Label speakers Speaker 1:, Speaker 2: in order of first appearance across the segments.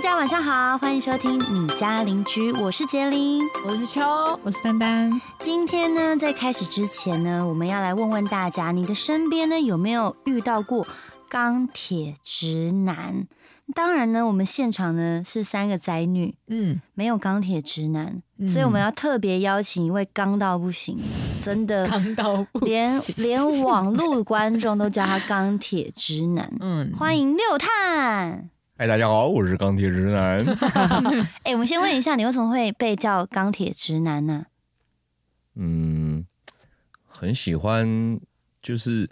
Speaker 1: 家晚上好，欢迎收听《你家邻居》，我是杰林。
Speaker 2: 我是秋，
Speaker 3: 我是丹丹，
Speaker 1: 今天呢，在开始之前呢，我们要来问问大家，你的身边呢有没有遇到过钢铁直男？当然呢，我们现场呢是三个宅女，
Speaker 2: 嗯，
Speaker 1: 没有钢铁直男，
Speaker 2: 嗯
Speaker 1: 所以我们要特别邀请一位刚到不行，真的
Speaker 2: 刚到不
Speaker 1: 连
Speaker 2: 行
Speaker 1: 连网络观众都叫他钢铁直男。
Speaker 2: 嗯，
Speaker 1: 欢迎六探。
Speaker 4: 嗨，哎大家好，我是钢铁直男。
Speaker 1: 哎、我们先问一下，你为什么会被叫钢铁直男呢、
Speaker 4: 嗯，很喜欢，就是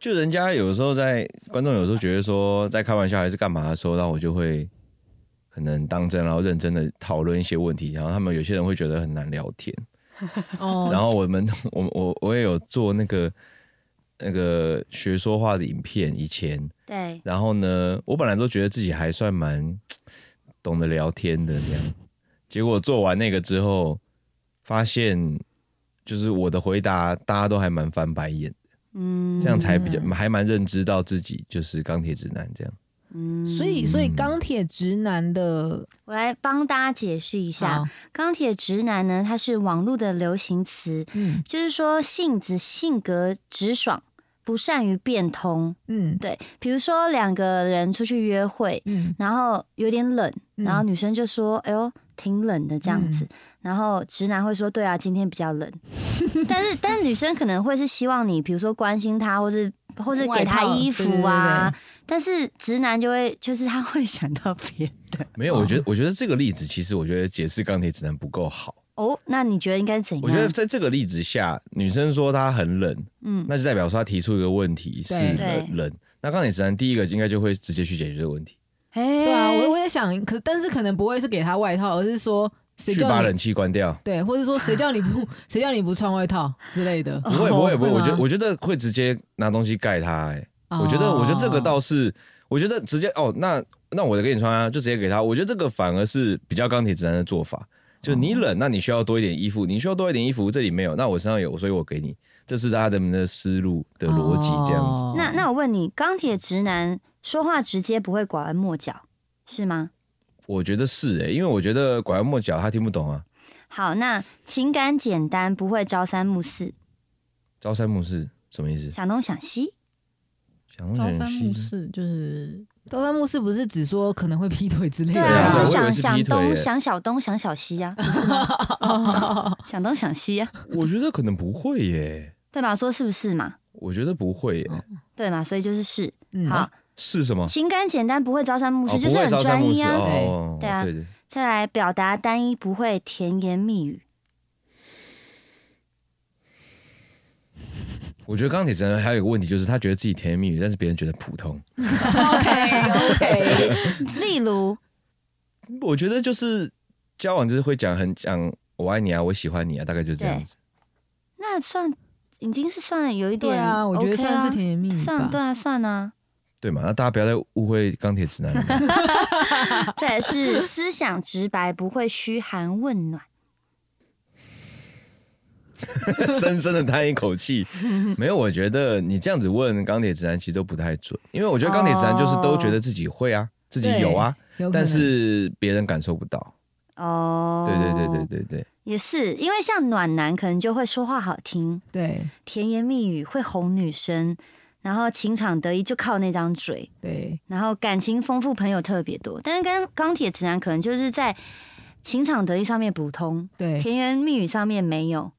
Speaker 4: 就人家有时候在观众有时候觉得说在开玩笑还是干嘛的时候，那我就会可能当真，然后认真的讨论一些问题，然后他们有些人会觉得很难聊天。
Speaker 2: 哦
Speaker 4: 然后我们我我我也有做那个那个学说话的影片，以前，
Speaker 1: 对，
Speaker 4: 然后呢，我本来都觉得自己还算蛮懂得聊天的这样，结果做完那个之后，发现就是我的回答大家都还蛮翻白眼，
Speaker 1: 嗯，
Speaker 4: 这样才比较还蛮认知到自己就是钢铁直男这样。
Speaker 1: 嗯
Speaker 2: 所以所以钢铁直男的
Speaker 1: 我来帮大家解释一下
Speaker 2: 好，
Speaker 1: 钢铁直男呢，它是网络的流行词，
Speaker 2: 嗯
Speaker 1: 就是说性子性格直爽，不善于变通。
Speaker 2: 嗯
Speaker 1: 对，比如说两个人出去约会，
Speaker 2: 嗯
Speaker 1: 然后有点冷，
Speaker 2: 嗯
Speaker 1: 然后女生就说：“哎呦，挺冷的这样子。然后直男会说：“对啊，今天比较冷。”但是，但是女生可能会是希望你，比如说关心她，或是或是给
Speaker 2: 外
Speaker 1: 她
Speaker 2: 套
Speaker 1: 衣服啊
Speaker 2: 对对对。
Speaker 1: 但是直男就会，就是他会想到别的。
Speaker 4: 没有，我觉得我觉得这个例子其实我觉得解释钢铁直男不够好。
Speaker 1: 哦，那你觉得应该怎样？
Speaker 4: 我觉得在这个例子下，女生说她很冷，
Speaker 1: 嗯，
Speaker 4: 那就代表说她提出一个问题是
Speaker 2: 对
Speaker 1: 对
Speaker 4: 冷。那钢铁直男第一个应该就会直接去解决这个问题，
Speaker 1: 哎、
Speaker 2: 对啊，我我也想，可但是可能不会是给他外套，而是说谁
Speaker 4: 去
Speaker 2: 叫
Speaker 4: 把
Speaker 2: 你
Speaker 4: 冷气关掉。
Speaker 2: 对，或者说谁叫 你不谁叫你不穿外套之类的。
Speaker 1: 哦
Speaker 4: 不会不哦会不会，
Speaker 2: 会
Speaker 4: 我
Speaker 2: 吗
Speaker 4: 觉得我觉得会直接拿东西盖它、欸。
Speaker 2: 哦
Speaker 4: 我觉得我觉得这个倒是，我觉得直接哦，那那我给你穿啊，就直接给他。我觉得这个反而是比较钢铁直男的做法，就是你冷，那你需要多一点衣服，你需要多一点衣服，这里没有，那我身上有，所以我给你。这是他的的思路的逻辑这样子。
Speaker 2: 哦
Speaker 1: 那那我问你，钢铁直男说话直接，不会拐弯抹角，是吗？
Speaker 4: 我觉得是哎诶、因为我觉得拐弯抹角他听不懂啊，
Speaker 1: 好，那情感简单，不会朝三暮四，
Speaker 4: 朝三暮四什么意思？
Speaker 1: 想东想西。
Speaker 4: 想
Speaker 3: 朝
Speaker 4: 东想
Speaker 3: 三暮
Speaker 4: 西。
Speaker 3: 四就是
Speaker 2: 高山牧师不是只说可能会劈腿之类的
Speaker 1: 对
Speaker 4: 对
Speaker 1: 啊，
Speaker 4: 啊
Speaker 1: 就是
Speaker 4: 我
Speaker 1: 想
Speaker 4: 以为是
Speaker 1: 想
Speaker 4: 劈腿
Speaker 1: 东
Speaker 4: 耶
Speaker 1: 想小东想小西 呀、啊， 不是吗？想东想西呀、啊，
Speaker 4: 我觉得可能不会耶、
Speaker 1: 对吧？说是不是嘛？
Speaker 4: 我觉得不会耶、
Speaker 1: 对嘛？所以就是是
Speaker 2: 嗯
Speaker 1: 好，
Speaker 4: 是什么？
Speaker 1: 情感简单，不会朝三暮四，
Speaker 4: 哦
Speaker 1: 就
Speaker 4: 不
Speaker 1: 是
Speaker 4: 会
Speaker 1: 很
Speaker 4: 朝三
Speaker 1: 专
Speaker 4: 暮
Speaker 1: 一
Speaker 4: 四
Speaker 1: 啊。
Speaker 4: 哦，
Speaker 1: 对啊
Speaker 4: 对对。
Speaker 1: 再来表达单一，不会甜言蜜语。
Speaker 4: 我觉得钢铁直男还有一个问题，就是他觉得自己甜言蜜语，但是别人觉得普通。
Speaker 2: OK OK，
Speaker 1: 例如，
Speaker 4: 我觉得就是交往就是会讲很讲我爱你啊，我喜欢你啊，大概就这样子。
Speaker 1: 那算已经是算有一点
Speaker 2: 对啊，我觉得
Speaker 1: OK 啊
Speaker 2: 算是甜言蜜语吧
Speaker 1: 算。对啊，算啊。
Speaker 4: 对嘛？那大家不要再误会钢铁直男了。
Speaker 1: 再来 是思想直白，不会嘘寒问暖。
Speaker 4: 深深的叹一口气。没有，我觉得你这样子问钢铁直男其实都不太准，因为我觉得钢铁直男就是都觉得自己会啊，自己有啊，
Speaker 2: 有可能
Speaker 4: 但是别人感受不到。
Speaker 1: 哦，
Speaker 4: 对对对对，对对，
Speaker 1: 也是因为像暖男可能就会说话好听，
Speaker 2: 对
Speaker 1: 甜言蜜语会哄女生，然后情场得意就靠那张嘴，
Speaker 2: 对
Speaker 1: 然后感情丰富，朋友特别多。但是跟钢铁直男可能就是在情场得意上面普通，
Speaker 2: 对，
Speaker 1: 甜言蜜语上面没有。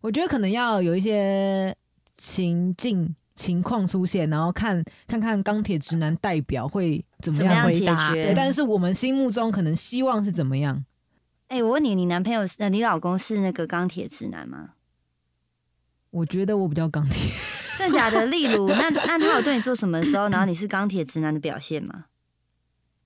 Speaker 2: 我觉得可能要有一些情境情况出现，然后看看看钢铁直男代表会怎么
Speaker 1: 怎么
Speaker 2: 样
Speaker 1: 样
Speaker 2: 回
Speaker 1: 解
Speaker 2: 答。
Speaker 1: 决
Speaker 2: 对，但是我们心目中可能希望是怎么样？
Speaker 1: 哎、我问你，你男朋友是呃，你老公是那个钢铁直男吗？
Speaker 2: 我觉得我比较钢 铁，
Speaker 1: 真假的？例如，那那他有对你做什么的时候，然后你是钢铁直男的表现吗？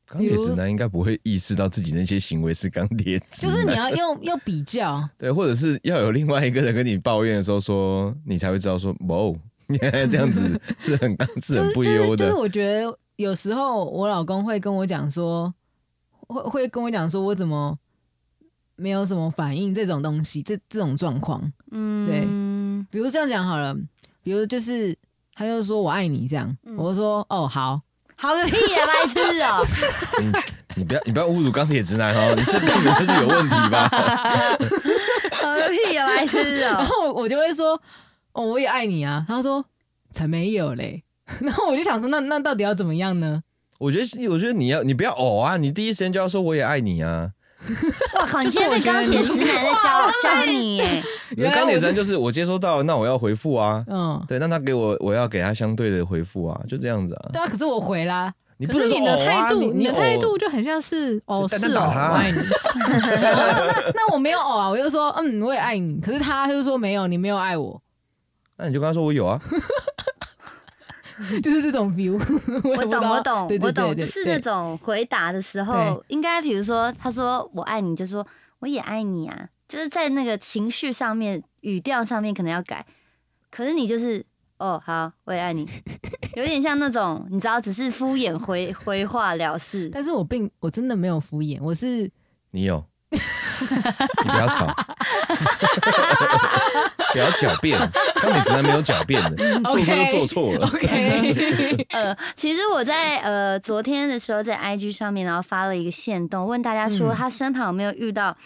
Speaker 4: 钢铁直男应该不会意识到自己那些行为是钢铁直
Speaker 2: 就
Speaker 4: 男。
Speaker 2: 是你要用要比较。
Speaker 4: 对，或者是要有另外一个人跟你抱怨的时候说，你才会知道说，哇，哦 这样子是很是
Speaker 2: 就
Speaker 4: 很
Speaker 2: 是
Speaker 4: 不
Speaker 2: 就是
Speaker 4: 优
Speaker 2: 就是，
Speaker 4: 的。
Speaker 2: 我觉得有时候我老公会跟我讲说，会会跟我讲说我怎么没有什么反应这种东西，这这种状况。
Speaker 1: 嗯，
Speaker 2: 比
Speaker 1: 嗯
Speaker 2: 如这样讲好了，比如就是他就说我爱你这样，我就说哦好，
Speaker 1: 好个屁呀、白痴哦、
Speaker 4: 你不要你不要侮辱钢铁直男哦，你这根本就是有问题吧？
Speaker 1: 好个屁呀、白痴
Speaker 2: 然
Speaker 1: 哦、
Speaker 2: 后我我就会说，哦，我也爱你啊。他说才没有嘞。 然后我就想说，那那到底要怎么样呢？
Speaker 4: 我觉得我觉得你要你不要偶啊，你第一时间就要说我也爱你啊。
Speaker 1: 哇靠，你今天被钢铁直男在教教你耶！
Speaker 4: 你的
Speaker 2: 原来
Speaker 4: 钢铁
Speaker 2: 我
Speaker 4: 直男就是我接收到了，那我要回复啊。
Speaker 2: 嗯，
Speaker 4: 对，那他给我，我要给他相对的回复啊，就这样子啊。
Speaker 2: 对啊，可是我回啦，
Speaker 4: 你不
Speaker 3: 可
Speaker 4: 能
Speaker 3: 是
Speaker 4: 说
Speaker 3: 你的
Speaker 4: 哦
Speaker 3: 态
Speaker 4: 啊
Speaker 3: 度，
Speaker 4: 你
Speaker 3: 你的
Speaker 4: 哦
Speaker 3: 态度就很像是哦，
Speaker 4: 对
Speaker 3: 是
Speaker 4: 但他
Speaker 3: 哦，
Speaker 4: 打他
Speaker 3: 我爱你。
Speaker 2: 那我没有偶啊，我就说嗯，我也爱你。可是他就说没有，你没有爱我，
Speaker 4: 那你就跟他说我有啊。
Speaker 2: 就是这种 view。我
Speaker 1: 我
Speaker 2: 也不知
Speaker 1: 懂，
Speaker 2: 道
Speaker 1: 我懂
Speaker 2: 对，
Speaker 1: 我
Speaker 2: 对对
Speaker 1: 懂，就
Speaker 2: 对
Speaker 1: 是
Speaker 2: 对
Speaker 1: 那种回答的时候
Speaker 2: 对，
Speaker 1: 应该比如说他说我爱你，就说我也爱你啊，就是在那个情绪上面、语调上面可能要改。可是你就是哦，好，我也爱你，有点像那种你知道，只是敷衍回回话了事。
Speaker 2: 但是我并我真的没有敷衍，我是
Speaker 4: 你有， 你不要吵， 不要狡辩，钢铁直男没有狡辩的，做
Speaker 2: 嗯 OK
Speaker 4: 错就做错了。
Speaker 2: OK，
Speaker 1: 呃，其实我在呃昨天的时候在 IG 上面，然后发了一个线动，问大家说
Speaker 2: 嗯
Speaker 1: 他身旁有没有遇到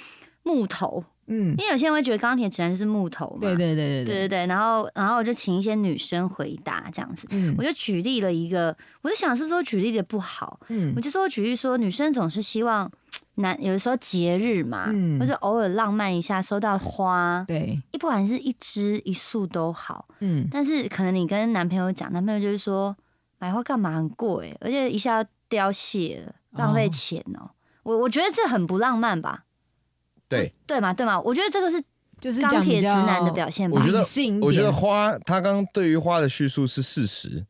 Speaker 1: 木头，
Speaker 2: 嗯，
Speaker 1: 因为有些人会觉得钢铁直男就是木头嘛，
Speaker 2: 对对对对
Speaker 1: 对对
Speaker 2: 对，
Speaker 1: 对，然后然后我就请一些女生回答这样子，
Speaker 2: 嗯
Speaker 1: 我就举例了一个，我就想是不是我举例的不好，
Speaker 2: 嗯
Speaker 1: 我就说我举例说女生总是希望男有的时候节日嘛，
Speaker 2: 嗯
Speaker 1: 或者偶尔浪漫一下收到花，
Speaker 2: 对，
Speaker 1: 一不管是一支一束都好，
Speaker 2: 嗯
Speaker 1: 但是可能你跟男朋友讲，男朋友就是说买花干嘛很贵，而且一下要凋谢了，浪费
Speaker 2: 哦
Speaker 1: 钱哦、我我觉得这很不浪漫吧？
Speaker 4: 对，
Speaker 1: 对嘛对嘛，我觉得这个是
Speaker 2: 就是
Speaker 1: 钢
Speaker 2: 讲
Speaker 1: 铁
Speaker 2: 比
Speaker 1: 直
Speaker 2: 较
Speaker 1: 男的表现吧。
Speaker 4: 我觉得
Speaker 2: 理性一点
Speaker 4: 我觉得花，他刚刚对于花的叙述是事实，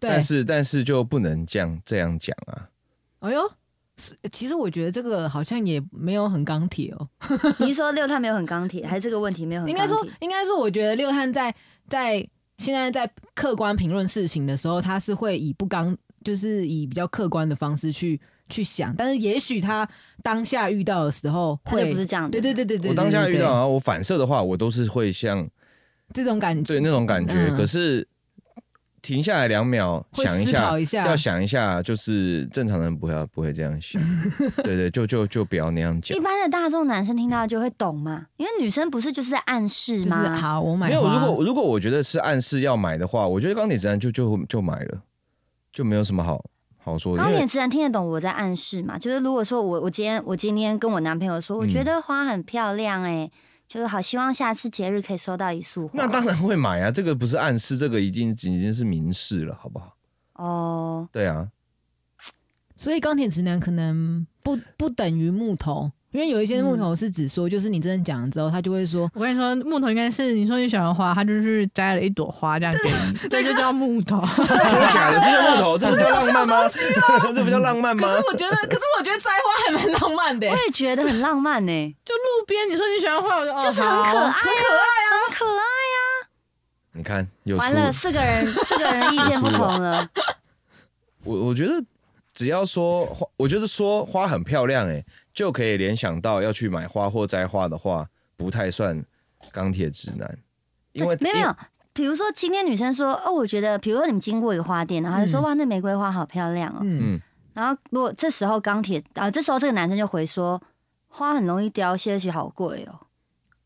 Speaker 2: 对
Speaker 4: 但，是但是就不能这样这样讲啊。
Speaker 2: 哎呦，是其实我觉得这个好像也没有很钢铁哦，
Speaker 1: 你是说六探没有很钢铁，还是这个问题没有很
Speaker 2: 应
Speaker 1: 钢
Speaker 2: 该
Speaker 1: 铁？
Speaker 2: 说，应该说，我觉得六汉在在现在在客观评论事情的时候，他是会以不刚，就是以比较客观的方式去去想，但是也许他当下遇到的时候
Speaker 1: 他就
Speaker 2: 会
Speaker 1: 不是这样的。
Speaker 2: 对对对对对，
Speaker 4: 我当下
Speaker 2: 对
Speaker 4: 遇
Speaker 2: 对
Speaker 4: 到啊，我反射的话，我都是会像
Speaker 2: 这种感觉，
Speaker 4: 对那种感觉，
Speaker 2: 嗯
Speaker 4: 可是停下来两秒
Speaker 2: 会
Speaker 4: 想一
Speaker 2: 思
Speaker 4: 下
Speaker 2: 考。一下，
Speaker 4: 要想一下，就是正常人不会不会这 样想，对对，就就就不要那样讲
Speaker 1: 一。般的大众男生听到就会懂嘛，因为女生不是就是在暗示
Speaker 2: 就是
Speaker 1: 吗？
Speaker 2: 好，我买
Speaker 4: 没有，
Speaker 2: 花
Speaker 4: 如果如果我觉得是暗示要买的话，我觉得钢铁直男就就就买了，就没有什么好好说的。
Speaker 1: 钢
Speaker 4: 因为
Speaker 1: 铁直男听得懂我在暗示嘛？就是如果说我我今天我今天跟我男朋友说，我觉得花很漂亮哎、就是好希望下次节日可以收到一束花。
Speaker 4: 那当然会买啊，这个不是暗示，这个已经已经是明示了，好不好？
Speaker 1: 哦，
Speaker 4: 对 啊，
Speaker 2: 所以钢铁直男可能不不等于木头，因为有一些木头是只说，就是你真的讲了之后，他就会说，
Speaker 3: 我跟你说，木头应该是你说你喜欢花，他就去摘了一朵花这样给你，这就叫木头。
Speaker 4: 真的假的？这是木头，这不叫浪漫吗？ 这不叫浪漫吗
Speaker 2: 可？是我觉得，可是我觉得摘花还蛮浪漫的、
Speaker 1: 我也觉得很浪漫呢、
Speaker 3: 就路边你说你喜欢花，我就哦
Speaker 1: 就是很可爱、
Speaker 3: 好
Speaker 1: 啊，很可爱啊，很可爱。
Speaker 4: 你看，有出
Speaker 1: 完了，四个人四个人意见不同了。
Speaker 4: 我我觉得只要说花，我觉得说花很漂亮、欸，就可以联想到要去买花或摘花的话，不太算钢铁直男，因为
Speaker 1: 对没有没有。比如说，今天女生说：“哦，我觉得，比如说你们经过一个花店，然后她就说、
Speaker 2: 嗯
Speaker 1: 哇，那玫瑰花好漂亮哦。
Speaker 2: 嗯，
Speaker 4: 嗯，
Speaker 1: 然后如果这时候钢铁啊、这时候这个男生就回说：“花很容易凋谢，而且好贵哦。”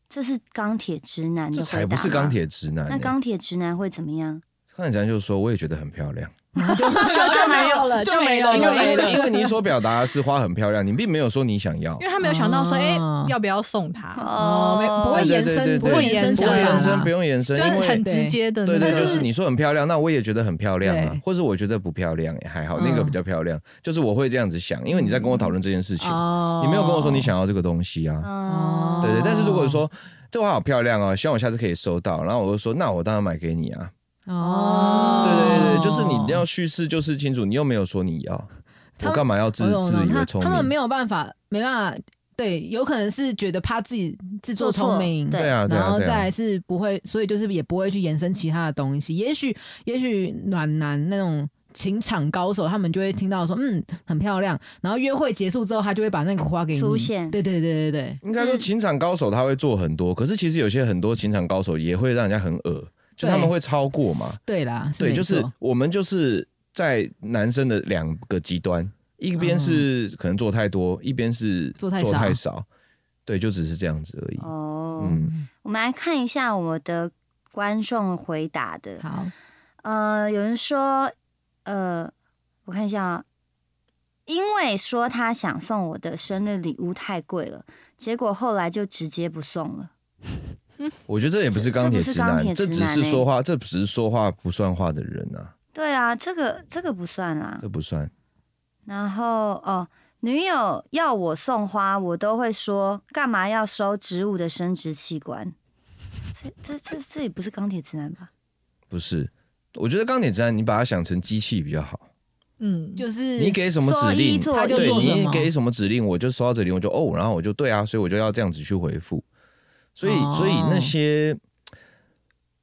Speaker 1: 这是钢铁直男的
Speaker 4: 这
Speaker 1: 嗯回答
Speaker 4: 才不是
Speaker 1: 吗
Speaker 4: 钢。铁直男、欸。
Speaker 1: 那钢铁直男会怎么 样？
Speaker 4: 看起来就是说，我也觉得很漂 亮，
Speaker 2: 就就没有
Speaker 3: 了就没有了
Speaker 2: 就
Speaker 3: 没
Speaker 2: 没
Speaker 3: 了
Speaker 2: 了。
Speaker 4: 因为你所表达的是花很漂亮，你并没有说你想要
Speaker 3: 因。为他没有想到说，哎
Speaker 4: 啊
Speaker 2: 哦，
Speaker 3: 要不要送他？
Speaker 2: 哦，没不会
Speaker 4: 对
Speaker 2: 延
Speaker 4: 对
Speaker 2: 伸，
Speaker 4: 对
Speaker 2: 不
Speaker 4: 对
Speaker 2: 会
Speaker 3: 对
Speaker 2: 延伸
Speaker 4: 不
Speaker 2: 想
Speaker 4: 会
Speaker 2: 法啊
Speaker 4: 延伸，
Speaker 2: 啦
Speaker 4: 不。用延伸，
Speaker 3: 就
Speaker 4: 因
Speaker 3: 是
Speaker 4: 为
Speaker 3: 很直接的那
Speaker 4: 对
Speaker 3: 种，
Speaker 4: 对，
Speaker 2: 但
Speaker 4: 就是是你说很漂亮，那我也觉得很漂亮啊
Speaker 2: 对，
Speaker 4: 或是我觉得不漂亮也还好，那个
Speaker 2: 嗯
Speaker 4: 比较漂亮，就是我会这样子想，因为你在跟我讨论这件事情，
Speaker 2: 哦嗯
Speaker 4: 你没有跟我说你，想要这个东西啊，
Speaker 1: 哦，
Speaker 4: 对对。但是如果说这花好漂亮哦，希望我下次可以收到，然后我就说那我当然买给你啊，
Speaker 2: 哦
Speaker 4: 对对对，就是你要叙事就是清楚，你又没有说你要，
Speaker 2: 他
Speaker 4: 我干嘛要自
Speaker 2: 我懂
Speaker 4: 自
Speaker 2: 了
Speaker 4: 以为
Speaker 2: 他
Speaker 4: 聪
Speaker 2: 他们
Speaker 4: 明？
Speaker 2: 没有办法，没办法，对，有可能是觉得怕自己自作
Speaker 1: 做错
Speaker 2: 聪明，
Speaker 1: 对
Speaker 4: 对啊对
Speaker 2: 然
Speaker 4: 啊
Speaker 2: 后
Speaker 4: 对
Speaker 2: 再
Speaker 4: 啊
Speaker 2: 来，是不会，所以就是也不会去延伸其他的东西。也许也许暖男那种情场高手，他们就会听到说，嗯，很漂亮。然后约会结束之后，他就会把那个花给你
Speaker 1: 出现
Speaker 2: 对对对对对，
Speaker 4: 应该说情场高手他会做很多，可是其实有些很多情场高手也会让人家很恶，就他们会超过嘛。
Speaker 2: 对啦，是
Speaker 4: 对，
Speaker 2: 没
Speaker 4: 就是
Speaker 2: 错
Speaker 4: 我们就是在男生的两个极端，一边是
Speaker 1: 哦
Speaker 4: 可能做太多，一边是
Speaker 2: 做太少
Speaker 4: 少对，就只是这样子而已。
Speaker 1: 哦，
Speaker 4: 嗯，
Speaker 1: 我们来看一下我的观众回答的。
Speaker 2: 好，
Speaker 1: 呃，有人说，呃，我看一下啊，因为说他想送我的生日礼物太贵了，结果后来就直接不送了。
Speaker 4: 我觉得这也不是
Speaker 1: 这
Speaker 4: 钢铁
Speaker 1: 这不是
Speaker 4: 直
Speaker 1: 钢
Speaker 4: 男，
Speaker 1: 铁
Speaker 4: 这
Speaker 1: 直
Speaker 4: 只
Speaker 1: 男
Speaker 4: 是
Speaker 1: 欸
Speaker 4: 说话，这只是说话不算话的人啊，
Speaker 1: 对啊，这个这个不算啦。
Speaker 4: 这不算。
Speaker 1: 然后哦，女友要我送花，我都会说干嘛要收植物的生殖器官？这这这这也不是钢铁直男吧？
Speaker 4: 不是，我觉得钢铁直男，你把它想成机器比较好。
Speaker 3: 嗯，
Speaker 2: 就是
Speaker 4: 你给什么
Speaker 1: 说
Speaker 4: 指
Speaker 1: 一
Speaker 4: 令，
Speaker 1: 做
Speaker 2: 他
Speaker 1: 一
Speaker 2: 就
Speaker 4: 对
Speaker 2: 做什
Speaker 4: 你
Speaker 2: 么
Speaker 4: 给什么指令，我就收到指令，我就哦，然后我就对啊，所以我就要这样子去回复。所以，所以那
Speaker 2: 哦
Speaker 4: 些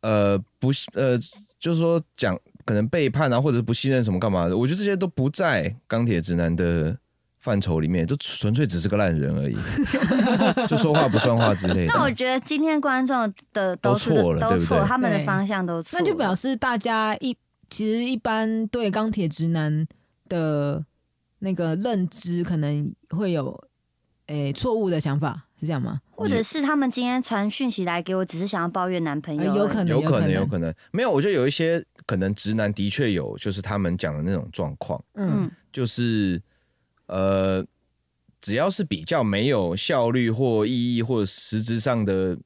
Speaker 4: 呃不信呃，就是说讲可能背叛啊，或者是不信任什么干嘛的，我觉得这些都不在钢铁直男的范畴里面，就纯粹只是个烂人而已，就说话不算话之类的。
Speaker 1: 那我觉得今天观众的
Speaker 4: 都
Speaker 1: 都是
Speaker 4: 错了
Speaker 1: 都
Speaker 4: 对不
Speaker 1: 错，
Speaker 4: 对
Speaker 1: 他们的
Speaker 2: 对
Speaker 1: 方向都错
Speaker 2: 那
Speaker 1: 了，
Speaker 2: 就表示大家一其实一般对钢铁直男的那个认知可能会有诶错误的想法，是这样吗？
Speaker 1: 或者是他们今天传讯息来给我，只是想要抱怨男朋友而
Speaker 2: 呃
Speaker 1: 已，
Speaker 2: 有可能，
Speaker 4: 有
Speaker 2: 可
Speaker 4: 能，有可能没有。我觉得有一些可能直男的确有，就是他们讲的那种状况，
Speaker 2: 嗯
Speaker 1: 嗯，
Speaker 4: 就是呃，只要是比较没有效率或意义或者实质上的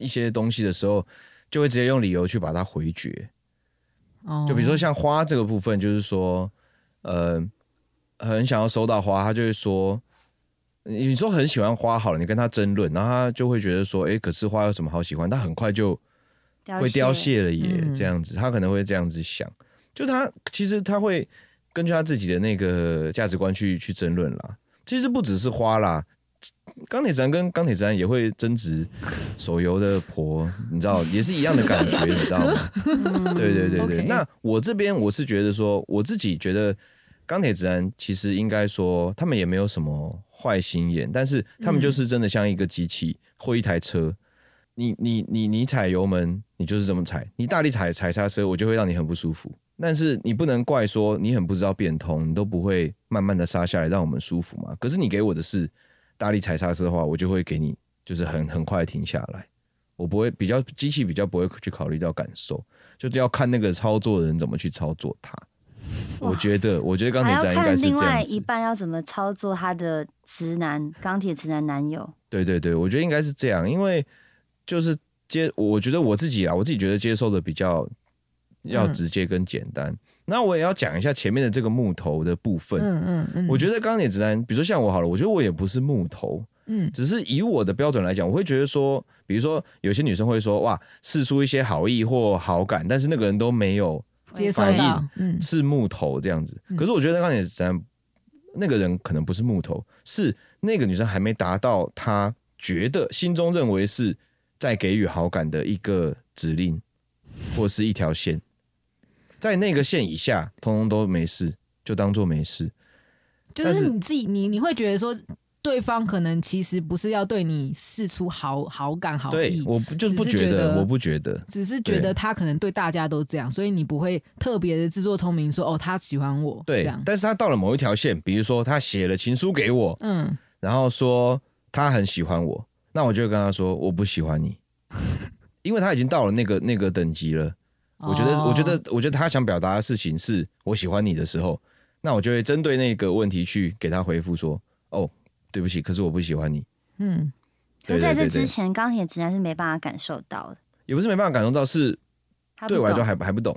Speaker 4: 一些东西的时候，就会直接用理由去把它回绝。
Speaker 2: 哦
Speaker 4: 就比如说像花这个部分，就是说，呃，很想要收到花，他就会说，你你说很喜欢花好了，你跟他争论，然后他就会觉得说，哎、可是花有什么好喜欢？他很快就会凋。谢了也
Speaker 2: 嗯
Speaker 4: 这样子，他可能会这样子想，就他其实他会根据他自己的那个价值观去去争论啦。其实不只是花啦，钢铁直男跟钢铁直男也会争执手游的婆，你知道，也是一样的感觉，你知道吗？
Speaker 1: 嗯
Speaker 4: 对对对
Speaker 2: OK
Speaker 4: 对。那我这边我是觉得说，我自己觉得钢铁直男其实应该说他们也没有什么坏心眼，但是他们就是真的像一个机器或一台车，你你你你踩油门，你就是这么踩，你大力踩踩刹车，我就会让你很不舒服。但是你不能怪说你很不知道变通，你都不会慢慢的刹下来让我们舒服嘛。可是你给我的是大力踩刹车的话，我就会给你就是很很快地停下来，我不会比较机器比较不会去考虑到感受，就是要看那个操作的人怎么去操作它。
Speaker 1: 哇
Speaker 4: 我觉得，我觉得钢
Speaker 1: 嗯还
Speaker 4: 铁
Speaker 1: 要
Speaker 4: 直男应该
Speaker 1: 看
Speaker 4: 是
Speaker 1: 另
Speaker 4: 这
Speaker 1: 外
Speaker 4: 样
Speaker 1: 一
Speaker 4: 子。
Speaker 1: 半要怎么操作他的直男钢铁直男男友，
Speaker 4: 对对对，我觉得应该是这样，因为就是接，我觉得我自己啊，我自己觉得接受的比较要
Speaker 2: 嗯
Speaker 4: 直接跟简单。那我也要讲一下前面的这个木头的部分。
Speaker 2: 嗯嗯嗯，
Speaker 4: 我觉
Speaker 2: 得
Speaker 4: 得钢铁直男，比如说像我好了，我觉得我也不是木头，
Speaker 2: 嗯
Speaker 4: 只是以我的标准来讲，我会觉得说，比如说有些女生会说哇，试出一些好意或好感，但是那个人都没有
Speaker 2: 接收
Speaker 4: 反
Speaker 2: 到
Speaker 4: 应，
Speaker 2: 嗯
Speaker 4: 是木头这样子
Speaker 2: 嗯。
Speaker 4: 可是我觉得钢铁直男那个人可能不是木头，是那个女生还没达到她觉得心中认为是在给予好感的一个指令或是一条线，在那个线以下，通通都没事，就当做没事。
Speaker 2: 就
Speaker 4: 但
Speaker 2: 是
Speaker 4: 是
Speaker 2: 你自己你你会觉得说。对方可能其实不是要对你示出好好感好
Speaker 4: 对
Speaker 2: 意，
Speaker 4: 我不就是不
Speaker 2: 只是觉
Speaker 4: 觉
Speaker 2: 得
Speaker 4: 得，我不觉得。
Speaker 2: 只是觉得他可能对大家都这样，所以你不会特别的自作聪明说哦，他喜欢我，这
Speaker 4: 对
Speaker 2: 样，，
Speaker 4: 但是他到了某一条线，比如说他写了情书给我，
Speaker 2: 嗯，
Speaker 4: 然后说他很喜欢我，那我就会跟他说我不喜欢你， 因为他已经到了那个那个等级了。我觉得，
Speaker 2: 哦
Speaker 4: 我觉得，我觉得他想表达的事情是我喜欢你的时候，那我就会针对那个问题去给他回复说，哦，对不起，可是我不喜欢你。
Speaker 2: 嗯，
Speaker 1: 可
Speaker 4: 对
Speaker 1: 是在这
Speaker 4: 对对
Speaker 1: 之
Speaker 4: 对，
Speaker 1: 前，钢铁直男是没办法感受到的。
Speaker 4: 也不是没办法感受到，是
Speaker 1: 他不
Speaker 4: 对我来说
Speaker 1: 懂
Speaker 4: 还还不懂，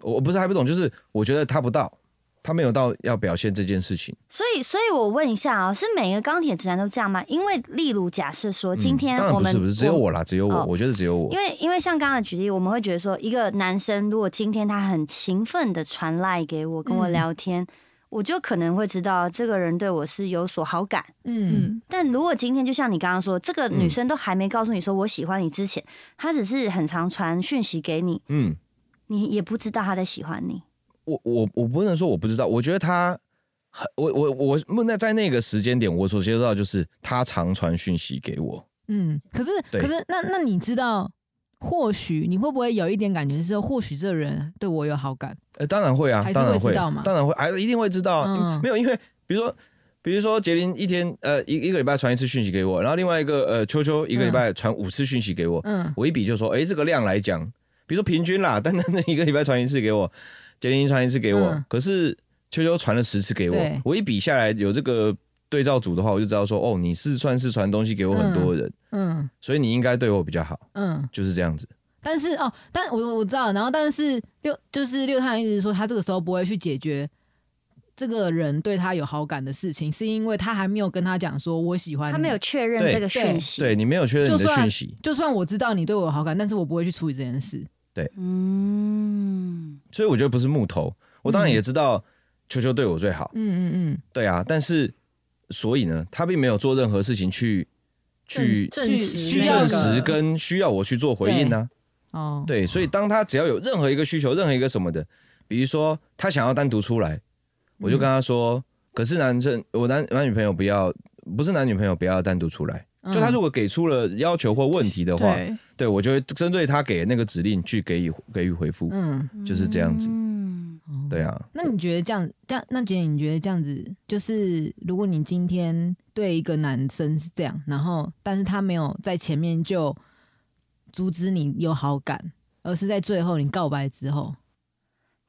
Speaker 4: 我我不是还不懂，就是我觉得他不到，他没有到要表现这件事情。
Speaker 1: 所以，所以我问一下啊、是每个钢铁直男都这样吗？因为，例如假设说，今
Speaker 4: 嗯
Speaker 1: 天
Speaker 4: 当然
Speaker 1: 我
Speaker 4: 不
Speaker 1: 们、
Speaker 4: 是不是只有我啦，只有我，
Speaker 1: 哦
Speaker 4: 我觉得只有我
Speaker 1: 因。为因为像刚刚的举例，我们会觉得说，一个男生如果今天他很勤奋的传赖给我，跟我
Speaker 2: 嗯
Speaker 1: 聊天，我就可能会知道这个人对我是有所好感。
Speaker 2: 嗯，
Speaker 3: 嗯，
Speaker 1: 但如果今天就像你刚刚说，这个女
Speaker 4: 嗯
Speaker 1: 生都还没告诉你说我喜欢你之前，她只是很常传讯息给你，
Speaker 4: 嗯，
Speaker 1: 你也不知道她在喜欢你。
Speaker 4: 我我我不能说我不知道，我觉得他很，我我我我那在那个时间点，我所接收到就是他常传讯息给我，
Speaker 2: 嗯，可是
Speaker 4: 对
Speaker 2: 可是那那你知道或许你会不会有一点感觉是，或许这人对我有好感？
Speaker 4: 呃，当然会啊，
Speaker 2: 还是
Speaker 4: 当然
Speaker 2: 会知道嘛
Speaker 4: 当然会，还是一定会知道啊。因
Speaker 2: 嗯
Speaker 4: 没有，因为比如说，比如说杰林一天呃一一个礼拜传一次讯息给我，然后另外一个呃秋秋一个礼拜传五次讯息给我，
Speaker 2: 嗯，
Speaker 4: 我一比就说，哎、这个量来讲，比如说平均啦，单单的一个礼拜传一次给我，杰林传一次给我，
Speaker 2: 嗯
Speaker 4: 可是秋秋传了十次给
Speaker 2: 对
Speaker 4: 我，我一比下来有这个对照组的话，我就知道说，哦，你是算是传东西给我很多的人，
Speaker 2: 嗯
Speaker 4: 所以你应该对我比较好，
Speaker 2: 嗯，
Speaker 4: 就是这样子。
Speaker 2: 但是哦，但我我知道，然后但是六就是六探一直说他这个时候不会去解决这个人对他有好感的事情，是因为他还没有跟他讲说我喜欢你
Speaker 1: 他没有，确认
Speaker 4: 对
Speaker 1: 这个讯
Speaker 2: 对
Speaker 1: 息。
Speaker 4: 对你没有确认你
Speaker 2: 就
Speaker 4: 的
Speaker 2: 算
Speaker 4: 讯息，
Speaker 2: 就算我知道你对我有好感，但是我不会去处理这件事。
Speaker 1: 嗯，
Speaker 4: 所以我觉得不是木头，我当然也知道秋秋对我最好，
Speaker 2: 嗯嗯
Speaker 4: 对啊，但是所以呢，他并没有做任何事情去去
Speaker 3: 证
Speaker 2: 去
Speaker 3: 实
Speaker 2: 需
Speaker 4: 去
Speaker 2: 要
Speaker 4: 证
Speaker 2: 个
Speaker 4: 实跟需要我去做回应啊呢、
Speaker 2: 嗯，哦，
Speaker 4: 对，所以当他只要有任何一个需求，任何一个什么的，比如说他想要单独出来，我就跟他说，可是男生我男男女朋友不要，不是男女朋友不要单独出来。
Speaker 2: 嗯，
Speaker 4: 就他如果给出了要求或问题的话，
Speaker 3: 对，
Speaker 4: 对我就会针对他给的那个指令去给予给予回复，
Speaker 2: 嗯，
Speaker 4: 就是这样子。
Speaker 1: 嗯，
Speaker 4: 对啊，
Speaker 2: 那你觉得这样，这样，那姐，你觉得这样子，就是如果你今天对一个男生是这样，然后但是他没有在前面就阻止你有好感，而是在最后你告白之后，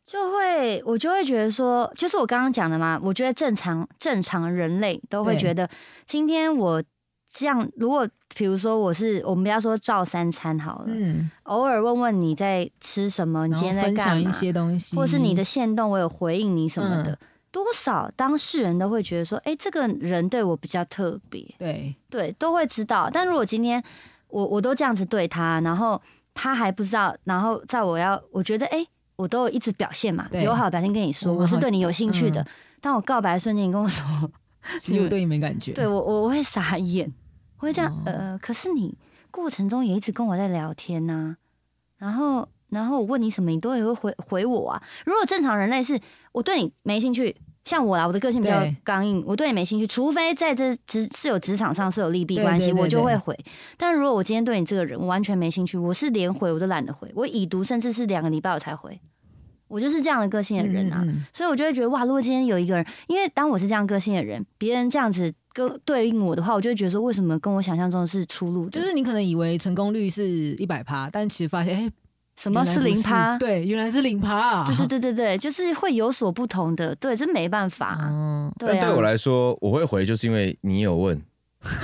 Speaker 1: 就会我就会觉得说，就是我刚刚讲的嘛，我觉得正常正常人类都会
Speaker 2: 对
Speaker 1: 觉得，今天我这样，如果比如说我是我们不要说照三餐好了，
Speaker 2: 嗯，
Speaker 1: 偶尔问问你在吃什么，你
Speaker 2: 然
Speaker 1: 今
Speaker 2: 后
Speaker 1: 天在
Speaker 2: 分
Speaker 1: 干
Speaker 2: 享一
Speaker 1: 嘛，
Speaker 2: 些东西，
Speaker 1: 或是你的线动我有回应你什么的，
Speaker 2: 嗯
Speaker 1: 多少当事人都会觉得说，哎、这个人对我比较特别，
Speaker 2: 对，
Speaker 1: 对，都会知道。但如果今天我我都这样子对他，然后他还不知道，然后在我要我觉得哎、诶我都有一直表现嘛，
Speaker 2: 对
Speaker 1: 友好的表现跟你说，
Speaker 2: 我们
Speaker 1: 我是
Speaker 2: 好
Speaker 1: 对你有兴趣的
Speaker 2: 嗯。
Speaker 1: 当我告白的瞬间，你跟我说，
Speaker 2: 其实我对你没感觉，
Speaker 1: 嗯对我我我会傻眼，我会这样
Speaker 2: 哦，
Speaker 1: 呃，可是你过程中也一直跟我在聊天呐、然后然后我问你什么，你都也会回回我啊。如果正常人类是我对你没兴趣，像我啦，我的个性比较
Speaker 2: 对
Speaker 1: 刚硬，我对你没兴趣，除非在这职是有职场上是有利弊
Speaker 2: 对
Speaker 1: 关系，
Speaker 2: 对对
Speaker 1: 我就会
Speaker 2: 对
Speaker 1: 回。但如果我今天对你这个人我完全没兴趣，我是连回我都懒得回，我已读甚至是两个礼拜我才回，我就是这样的个性
Speaker 2: 嗯，
Speaker 1: 的人啊。
Speaker 2: 嗯嗯
Speaker 1: 所以我就会觉得哇，如果今天有一个人，因为当我是这样个性的人，别人这样子跟对应我的话，我就会觉得说，为什么跟我想象中的是出入的，
Speaker 2: 就是你可能以为成功率是一百趴，但其实发现，哎、
Speaker 1: 什么
Speaker 2: 原来
Speaker 1: 是
Speaker 2: 不
Speaker 1: 零趴？
Speaker 2: 对，原来是零趴、啊，
Speaker 1: 对对对对对，就是会有所不同的，对，这没办法、
Speaker 2: 嗯，
Speaker 1: 对啊，
Speaker 4: 但对我来说，我会回，就是因为你有问，就是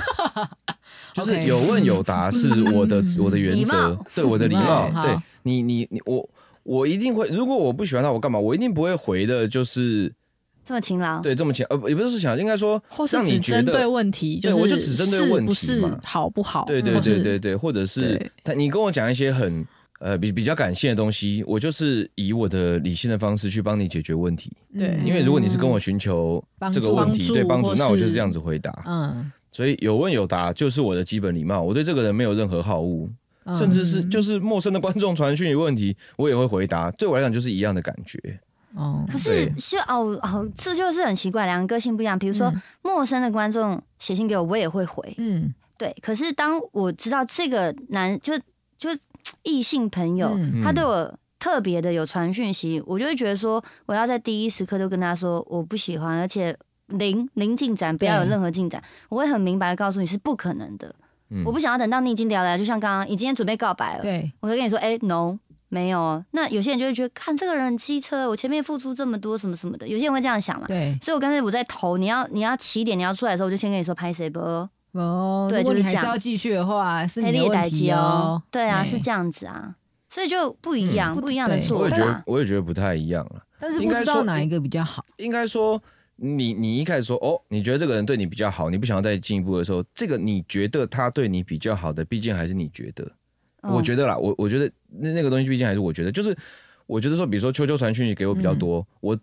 Speaker 2: OK
Speaker 4: 有问有答是我的我的原
Speaker 1: 礼
Speaker 4: 则
Speaker 1: 貌，
Speaker 4: 对我的礼貌
Speaker 2: 礼貌。
Speaker 4: 对
Speaker 2: 好
Speaker 4: 你你你我我一定会，如果我不喜欢他，我干嘛？我一定不会回的，就是
Speaker 1: 这么勤劳，
Speaker 4: 对这么强，呃，也不是说想，应该说
Speaker 3: 或是
Speaker 4: 让
Speaker 3: 只
Speaker 4: 你觉
Speaker 3: 针对
Speaker 4: 得。
Speaker 3: 问题，
Speaker 4: 对
Speaker 3: 是
Speaker 4: 我就只针对问题
Speaker 3: 是不
Speaker 4: 嘛
Speaker 3: 是好不好？
Speaker 4: 对对
Speaker 3: 或
Speaker 4: 对
Speaker 3: 是
Speaker 4: 对对，或者是
Speaker 3: 对
Speaker 4: 他，你跟我讲一些很呃比比较感性的东西，我就是以我的理性的方式去帮你解决问题。
Speaker 2: 嗯
Speaker 3: 对
Speaker 4: 因为如果你是跟我寻求
Speaker 2: 帮
Speaker 4: 这个
Speaker 2: 助
Speaker 4: 问
Speaker 3: 帮
Speaker 4: 题
Speaker 3: 助
Speaker 4: 对帮助
Speaker 3: 或，
Speaker 4: 那我就是是这样子回答。
Speaker 2: 嗯，
Speaker 4: 所以有问有答就是我的基本礼貌，我对这个人没有任何好恶，
Speaker 2: 嗯
Speaker 4: 甚至是就是陌生的观众传讯有问题，我也会回答，对我来讲就是一样的感觉。
Speaker 2: 哦，
Speaker 1: 可是
Speaker 4: 对
Speaker 1: 是哦哦，这就是很奇怪，两个个性不一样。比如说、
Speaker 2: 嗯
Speaker 1: 陌生的观众写信给我，我也会回，
Speaker 2: 嗯，
Speaker 1: 对。可是当我知道这个男就就异性朋友，
Speaker 2: 嗯
Speaker 1: 他对我特别的有传讯息，我就会觉得说，我要在第一时刻就跟他说我不喜欢，而且零零进展，不要有
Speaker 2: 对
Speaker 1: 任何进展，
Speaker 2: 嗯
Speaker 1: 我会很明白的告诉你是不可能的。
Speaker 4: 嗯
Speaker 1: 我不想要等到你已经聊了，就像刚刚，你今天准备告白了，
Speaker 2: 对，
Speaker 1: 我才跟你说，哎、n o 没有哦。那有些人就会觉得，看这个人很机车，我前面付出这么多，什么什么的，有些人会这样想嘛。
Speaker 2: 对，
Speaker 1: 所以我刚才我在投，你要你要起点，你要出来的时候，我就先跟你说拍谁不哦，
Speaker 2: 哦，
Speaker 1: 对
Speaker 2: 如果
Speaker 1: 就是
Speaker 2: 你还
Speaker 1: 这
Speaker 2: 是
Speaker 1: 样
Speaker 2: 要继续的话，是
Speaker 1: 黑
Speaker 2: 你的
Speaker 1: 力
Speaker 2: 问
Speaker 1: 待
Speaker 2: 题
Speaker 1: 机哦
Speaker 2: 哦。，
Speaker 1: 对啊，
Speaker 2: 哎
Speaker 1: 是这样子啊，所以就不一样，
Speaker 2: 嗯
Speaker 1: 不一样的
Speaker 2: 对
Speaker 1: 做
Speaker 4: 我也
Speaker 1: 法
Speaker 4: 觉。得，我也觉得不太一样了。
Speaker 2: 但是不知道哪一个比较好。
Speaker 4: 应该说，你你一开始说哦，你觉得这个人对你比较好，你不想要再进一步的时候，这个你觉得他对你比较好的，毕竟还是你觉得。
Speaker 1: 嗯
Speaker 4: 我觉得啦，我我觉得那那个东西毕竟还是我觉得，就是我觉得说，比如说秋秋传讯息给我比较多，我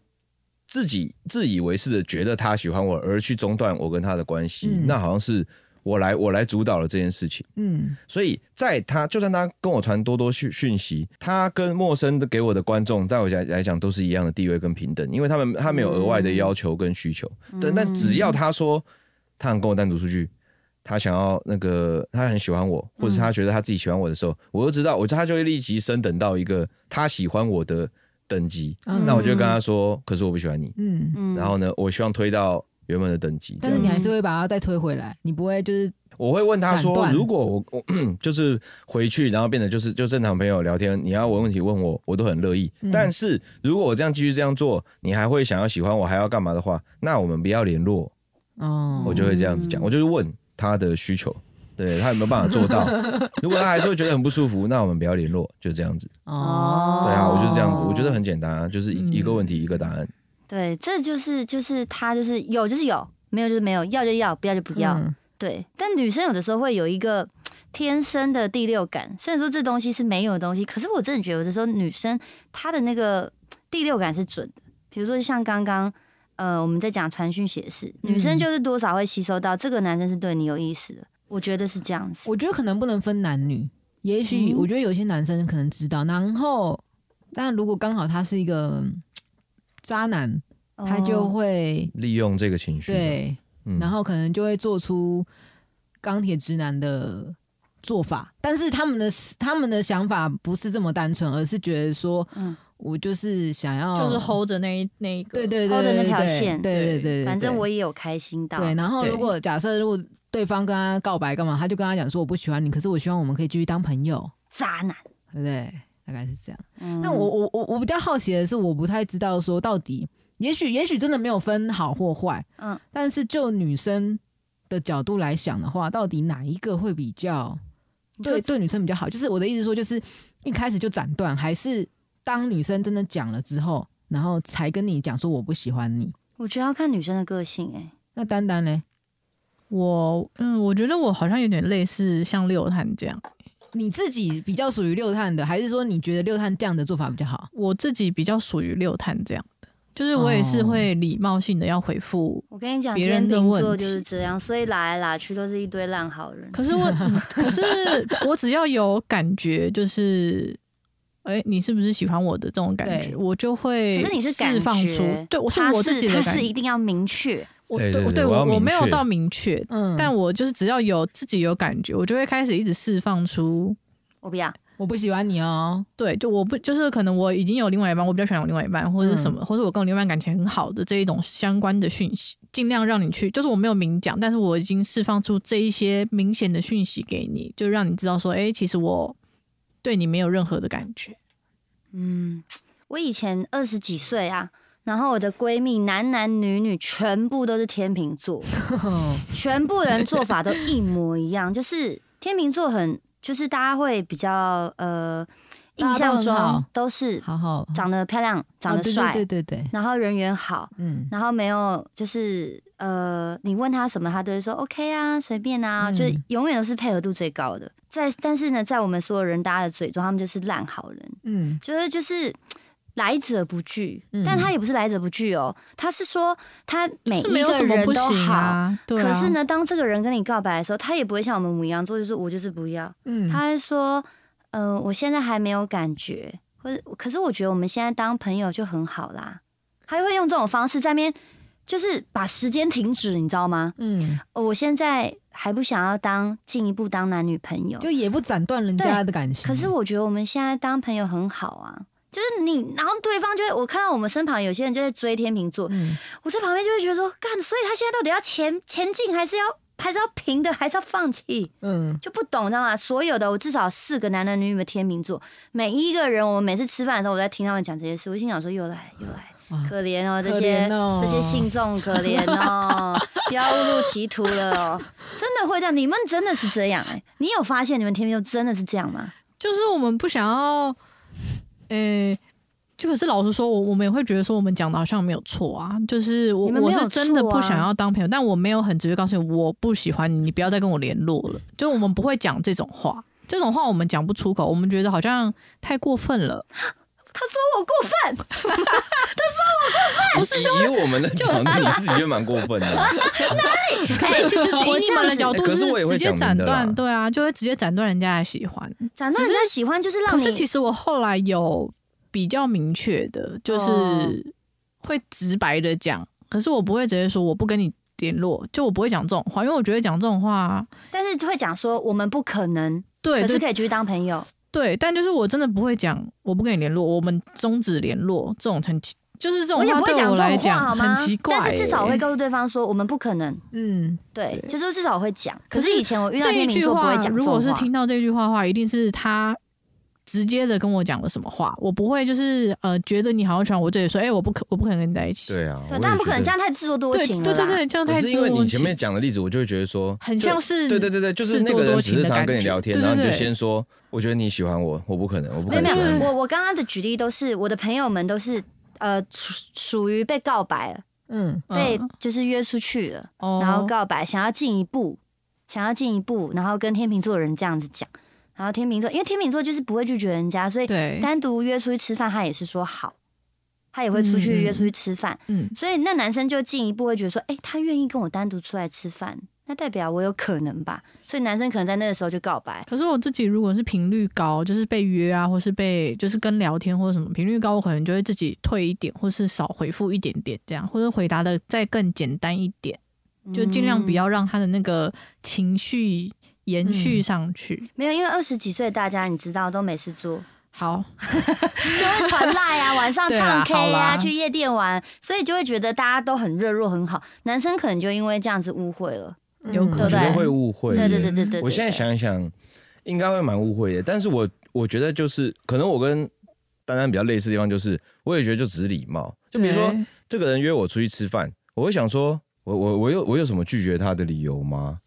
Speaker 4: 自己自以为是的觉得他喜欢我，而去中断我跟他的关系，
Speaker 2: 嗯
Speaker 4: 那好像是我来我来主导了这件事情。
Speaker 2: 嗯，
Speaker 4: 所以在他就算他跟我传多多讯讯息，他跟陌生的给我的观众，在我来来讲都是一样的地位跟平等，因为他们他
Speaker 1: 嗯
Speaker 2: 嗯
Speaker 4: 没有额外的要求跟需求。但但只要他说他想跟我单独出去，他想要那个他很喜欢我，或者他
Speaker 2: 嗯
Speaker 4: 觉得他自己喜欢我的时候，我就知道，我就他就会立即升等到一个他喜欢我的等级。
Speaker 2: 嗯
Speaker 4: 那我就跟他说，可是我不喜欢你。
Speaker 2: 嗯，
Speaker 1: 嗯
Speaker 4: 然后呢，我希望推到原本的等级。
Speaker 2: 但
Speaker 4: 这
Speaker 2: 是你
Speaker 4: 样子
Speaker 2: 还是会把它再推回来，你不会就是
Speaker 4: 我会问他
Speaker 2: 斩
Speaker 4: 说，
Speaker 2: 断
Speaker 4: 如果我我 就是回去，然后变得就是就正常朋友聊天，你要问问题问我，我都很乐意。
Speaker 2: 嗯
Speaker 4: 但是如果我这样继续这样做，你还会想要喜欢我，还要干嘛的话，那我们不要联络。
Speaker 2: 哦，
Speaker 4: 我就会这样子讲，我就是问他的需求，对他有没有办法做到。 如果他还是会觉得很不舒服，那我们不要联络，就这样子。
Speaker 1: 哦
Speaker 4: 对啊，我就是这样子，
Speaker 1: 哦
Speaker 4: 我觉得很简单啊，就是一一个问题一个答案。
Speaker 1: 对，这就是就是他就是有就是有，没有就是没有，要就要，不要就不要。
Speaker 2: 嗯
Speaker 1: 对，但女生有的时候会有一个天生的第六感，虽然说这东西是没有的东西，可是我真的觉得有的时候女生她的那个第六感是准的。比如说像刚刚呃我们在讲传讯写事，女
Speaker 2: 嗯
Speaker 1: 生就是多少会吸收到这个男生是对你有意思的，我觉得是这样子。
Speaker 2: 我觉得可能不能分男女，也许
Speaker 1: 嗯
Speaker 2: 我觉得有些男生可能知道，然后但如果刚好他是一个嗯渣男，他就
Speaker 1: 哦
Speaker 2: 会
Speaker 4: 利用这个情绪，，
Speaker 2: 对，
Speaker 4: 嗯
Speaker 2: 然后可能就会做出钢铁直男的做法，但是他们的他们的想法不是这么单纯，而是觉得说，
Speaker 1: 嗯
Speaker 2: 我就是想要，
Speaker 4: 嗯
Speaker 3: 就是 hold 着那一那一个，
Speaker 2: 对对对
Speaker 1: hold 着那
Speaker 2: 对
Speaker 1: 条
Speaker 2: 对
Speaker 1: 线
Speaker 2: 对对对对，
Speaker 1: 反正
Speaker 2: 对
Speaker 1: 我也有开心到。
Speaker 2: 对，然后
Speaker 3: 对
Speaker 2: 如果假设如果对方跟他告白干嘛，他就跟他讲说我不喜欢你，可是我希望我们可以继续当朋友，
Speaker 1: 渣男。
Speaker 2: 对不对？大概是这样。
Speaker 1: 嗯
Speaker 2: 那我我我我比较好奇的是，我不太知道说到底，也许也许真的没有分好或坏，
Speaker 1: 嗯
Speaker 2: 但是就女生的角度来想的话，到底哪一个会比较
Speaker 1: 嗯你说
Speaker 2: 对对女生比较好？就是我的意思说，就是一开始就斩断，还是当女生真的讲了之后，然后才跟你讲说我不喜欢你？
Speaker 1: 我觉得要看女生的个性哎、
Speaker 2: 那丹丹嘞，
Speaker 3: 我嗯，我觉得我好像有点类似像六探这样，
Speaker 2: 你自己比较属于六探的，还是说你觉得六探这样的做法比较好？
Speaker 3: 我自己比较属于六探这样的，就是我也
Speaker 4: 哦
Speaker 3: 是会礼貌性的要回复。
Speaker 1: 我跟你讲，
Speaker 3: 别人的
Speaker 1: 天秤座
Speaker 3: 问题
Speaker 1: 就是这样，所以来来拉去都是一堆烂好人。
Speaker 3: 可是 我，嗯可是我只要有感觉，就是，哎、你是不是喜欢我的这种感觉，
Speaker 2: 对
Speaker 3: 我就会
Speaker 1: 可是你是感
Speaker 3: 释放
Speaker 1: 觉
Speaker 3: 出，对我是
Speaker 1: 他
Speaker 3: 我自己的
Speaker 1: 他
Speaker 3: 感
Speaker 1: 是一
Speaker 3: 觉，
Speaker 1: 定要明确。
Speaker 3: 我
Speaker 4: 对
Speaker 3: 对
Speaker 4: 对对我要
Speaker 3: 我我
Speaker 4: 明
Speaker 3: 没有
Speaker 4: 确
Speaker 3: 到明确，
Speaker 2: 嗯，
Speaker 3: 但我就是只要有自己有感觉，我就会开始一直释放出。
Speaker 1: 我不要，
Speaker 2: 我不喜欢你 哦。
Speaker 3: 对，就我不就是可能我已经有另外一半，我比较喜欢我另外一半，或者是什
Speaker 1: 嗯
Speaker 3: 么，或者我跟我另外一半感情很好的这一种相关的讯息，尽量让你去，就是我没有明讲，但是我已经释放出这一些明显的讯息给你，就让你知道说，哎，其实我对你没有任何的感觉。
Speaker 1: 嗯，我以前二十几岁啊，然后我的闺蜜男男女女全部都是天秤座，全部人做法都一模一样，就是天秤座很，就是大家会比较呃，印
Speaker 2: 大家都
Speaker 1: 象
Speaker 2: 很好
Speaker 1: 中都是
Speaker 2: 好好，
Speaker 1: 长得漂亮、长
Speaker 2: 哦
Speaker 1: 得
Speaker 2: 对
Speaker 1: 帅，
Speaker 2: 对对对对，
Speaker 1: 然后人缘好，
Speaker 2: 嗯，
Speaker 1: 然后没有，就是呃，你问他什么，他都会说 OK 啊，随便啊，
Speaker 2: 嗯
Speaker 1: 就是永远都是配合度最高的。在但是呢，在我们所有人大家的嘴中，他们就是烂好人，
Speaker 2: 嗯，
Speaker 1: 就是就是嘖来者不拒。
Speaker 2: 嗯
Speaker 1: 但他也不是来者不拒哦，他是说他每
Speaker 3: 是
Speaker 1: 一
Speaker 3: 没有
Speaker 1: 个
Speaker 3: 什么
Speaker 1: 人
Speaker 3: 不
Speaker 1: 都
Speaker 3: 行
Speaker 1: 好。
Speaker 3: 啊，对
Speaker 1: 可
Speaker 3: 啊。
Speaker 1: 是，呢，当这个人跟你告白的时候，他也不会像我们母羊座，就是我就是不要，
Speaker 2: 嗯，
Speaker 1: 他会说，呃，我现在还没有感觉，或者可是我觉得我们现在当朋友就很好啦。他会用这种方式在面，就是把时间停止，你知道吗？
Speaker 2: 嗯，
Speaker 1: 呃我现在还不想要当进一步当男女朋友，
Speaker 2: 就也不斩断人家的感
Speaker 1: 哦
Speaker 2: 情。啊
Speaker 1: 可是我觉得我们现在当朋友很好啊。就是你，然后对方就会，我看到我们身旁有些人就在追天秤座，
Speaker 2: 嗯，
Speaker 1: 我在旁边就会觉得说，干，所以他现在到底要前前进，还是要还是要平的，还是要放弃？
Speaker 2: 嗯
Speaker 1: 就不懂，知道吗？所有的我至少四个男男女女的天秤座，每一个人，我每次吃饭的时候，我在听他们讲这些事，我心想说又来又来，
Speaker 2: 哇
Speaker 1: 可怜哦，这
Speaker 2: 可
Speaker 1: 些、
Speaker 2: 怜哦
Speaker 1: 这些信众可怜 哦，不要误入歧途了哦，真的会这样，你们真的是这样哎、你有发现你们天秤座真的是这样吗？
Speaker 3: 就是我们不想要，呃。就可是老实说，我我们也会觉得说，我们讲的好像没有错啊。就是我、
Speaker 1: 你们没
Speaker 3: 我
Speaker 1: 有
Speaker 3: 是真的
Speaker 1: 错啊
Speaker 3: 不想要当朋友，但我没有很直接告诉你我不喜欢你，你不要再跟我联络了。就我们不会讲这种话，这种话我们讲不出口，我们觉得好像太过分了。
Speaker 1: 他说我过分，
Speaker 3: 不是
Speaker 4: 以以我们的角度，你自己就蛮过分的。啊
Speaker 3: 可是哎其实
Speaker 1: 我
Speaker 3: 以你们的角度
Speaker 4: 可是我也
Speaker 3: 直
Speaker 4: 会
Speaker 3: 接
Speaker 4: 讲
Speaker 3: 斩
Speaker 4: 明的啦
Speaker 3: 断，对啊，就会直接斩断人家的喜欢。
Speaker 1: 咱们
Speaker 3: 只是
Speaker 1: 人家喜欢就是让
Speaker 3: 可
Speaker 1: 你
Speaker 3: 是其实我后来有比较明确的，就
Speaker 1: 哦
Speaker 3: 是会直白的讲，可是我不会直接说我不跟你联络，就我不会讲这种话，因为我觉得讲这种话，
Speaker 1: 但是会讲说我们不可能，
Speaker 3: 对
Speaker 1: 可是
Speaker 3: 对
Speaker 1: 可以继续当朋友。
Speaker 3: 对，但就是我真的不会讲，我不跟你联络，我们终止联络这种很奇，就是这种
Speaker 1: 也
Speaker 3: 话
Speaker 1: 不会
Speaker 3: 对我来
Speaker 1: 这种话好
Speaker 3: 讲
Speaker 1: 吗
Speaker 3: 很奇？怪、欸。
Speaker 1: 但是至少我会告诉对方说我们不可能，
Speaker 2: 嗯，
Speaker 1: 对，
Speaker 3: 对
Speaker 1: 就是至少我会讲。可
Speaker 3: 可是
Speaker 1: 是以前我遇到
Speaker 3: 这一
Speaker 1: 天秤
Speaker 3: 句
Speaker 1: 座不会
Speaker 3: 话
Speaker 1: 讲，这
Speaker 3: 如
Speaker 1: 种
Speaker 3: 果是
Speaker 1: 话
Speaker 3: 听到这句话的话，一定是他直接的跟我讲了什么话，我不会就是呃觉得你好像喜欢我，对你说，哎、我不可我不可能跟你在一起。
Speaker 4: 对啊，
Speaker 1: 对，
Speaker 4: 我
Speaker 1: 当然
Speaker 4: 也
Speaker 1: 不可
Speaker 4: 觉
Speaker 1: 能
Speaker 4: 得
Speaker 1: 这样太自作多
Speaker 3: 对
Speaker 1: 情了
Speaker 3: 对对
Speaker 1: 啦
Speaker 3: 对，这样
Speaker 4: 可
Speaker 3: 太
Speaker 4: 是
Speaker 3: 自
Speaker 4: 因为
Speaker 3: 我
Speaker 4: 你前面讲的例子，我就会觉得说，
Speaker 3: 很
Speaker 4: 就
Speaker 3: 像是
Speaker 4: 对对对对，就是那个人只是常跟你聊天，
Speaker 3: 自作多情的感觉
Speaker 4: 然后你就
Speaker 3: 对对对
Speaker 4: 先说，我觉得你喜欢我，我不可能，我不
Speaker 1: 没有
Speaker 4: 可能
Speaker 1: 没
Speaker 4: 喜欢
Speaker 1: 有，
Speaker 4: 你。
Speaker 1: 我我刚刚的举例都是我的朋友们都是呃属属于被告白了，
Speaker 2: 嗯，
Speaker 1: 被
Speaker 3: 嗯
Speaker 1: 就是约出去了，
Speaker 3: 哦
Speaker 1: 然后告白，想要进一步，想要进一步，然后跟天秤座的人这样子讲，然后天秤座因为天秤座就是不会拒绝人家，所以
Speaker 3: 对，
Speaker 1: 单独约出去吃饭，他也是说好，他也会出
Speaker 3: 嗯
Speaker 1: 去
Speaker 3: 嗯
Speaker 1: 约出去吃饭，
Speaker 3: 嗯，
Speaker 1: 所以那男生就进一步会觉得说，哎、他愿意跟我单独出来吃饭，那代表我有可能吧，所以男生可能在那个时候就告白，
Speaker 3: 可是我自己如果是频率高，就是被约啊，或是被就是跟聊天或者什么频率高，我可能就会自己退一点，或是少回复一点点这样，或者回答的再更简单一点，就尽量不
Speaker 1: 嗯
Speaker 3: 要让他的那个情绪延续
Speaker 1: 嗯
Speaker 3: 上去。
Speaker 1: 没有，因为二十几岁大家你知道都没事做，
Speaker 3: 好，
Speaker 1: 就会传赖啊，晚上
Speaker 3: 对啦
Speaker 1: 唱 K
Speaker 3: 好
Speaker 1: 啊，
Speaker 3: 啦
Speaker 1: 去夜店玩，所以就会觉得大家都很热络很好，男生可能就因为这样子误会了，
Speaker 2: 嗯
Speaker 3: 有
Speaker 1: 对
Speaker 3: 可
Speaker 4: 我
Speaker 1: 不
Speaker 4: 觉
Speaker 1: 对
Speaker 4: 得会误会。
Speaker 1: 对对对对对，
Speaker 4: 我现在
Speaker 1: 对，
Speaker 4: 想一想，应该会蛮误会的。但是我我觉得就是，可能我跟丹丹比较类似的地方，就是我也觉得就只是礼貌。就比如说，
Speaker 3: 对
Speaker 4: 这个人约我出去吃饭，我会想说，我我我有我有什么拒绝他的理由吗？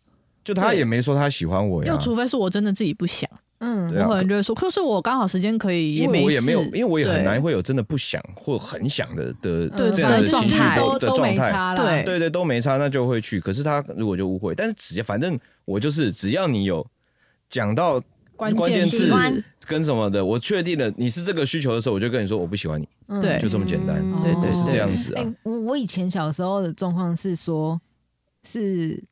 Speaker 4: 就他
Speaker 3: 对
Speaker 4: 也没说他喜欢我呀
Speaker 3: 又，除非是我真的自己不想，
Speaker 2: 嗯
Speaker 4: 对啊
Speaker 3: 我可能就会说，可是我刚好时间可以，
Speaker 4: 因为我也没有，
Speaker 3: 事
Speaker 4: 因为我也很
Speaker 3: 对
Speaker 4: 难会有真的不想或很想的的
Speaker 2: 嗯
Speaker 3: 对
Speaker 4: 这样
Speaker 3: 对
Speaker 4: 的
Speaker 3: 状
Speaker 4: 情绪
Speaker 3: 态
Speaker 2: 都
Speaker 4: 的的
Speaker 2: 都
Speaker 4: 状
Speaker 2: 没
Speaker 4: 态。
Speaker 2: 差啦。
Speaker 3: 对
Speaker 4: 对对，都没差，那就会去。可是他如果就误会，但是只要反正我就是只要你有讲到
Speaker 3: 关
Speaker 4: 关键
Speaker 3: 字
Speaker 1: 喜欢
Speaker 4: 跟什么的，我确定了你是这个需求的时候，我就跟你说我不喜欢你，
Speaker 2: 嗯
Speaker 3: 对
Speaker 4: 就这啊么简单，
Speaker 1: 嗯
Speaker 3: 对
Speaker 4: 我
Speaker 3: 对
Speaker 4: 是
Speaker 3: 对
Speaker 4: 这样子
Speaker 2: 哎、
Speaker 4: 啊。
Speaker 2: 我我以前小时候的状况是说，是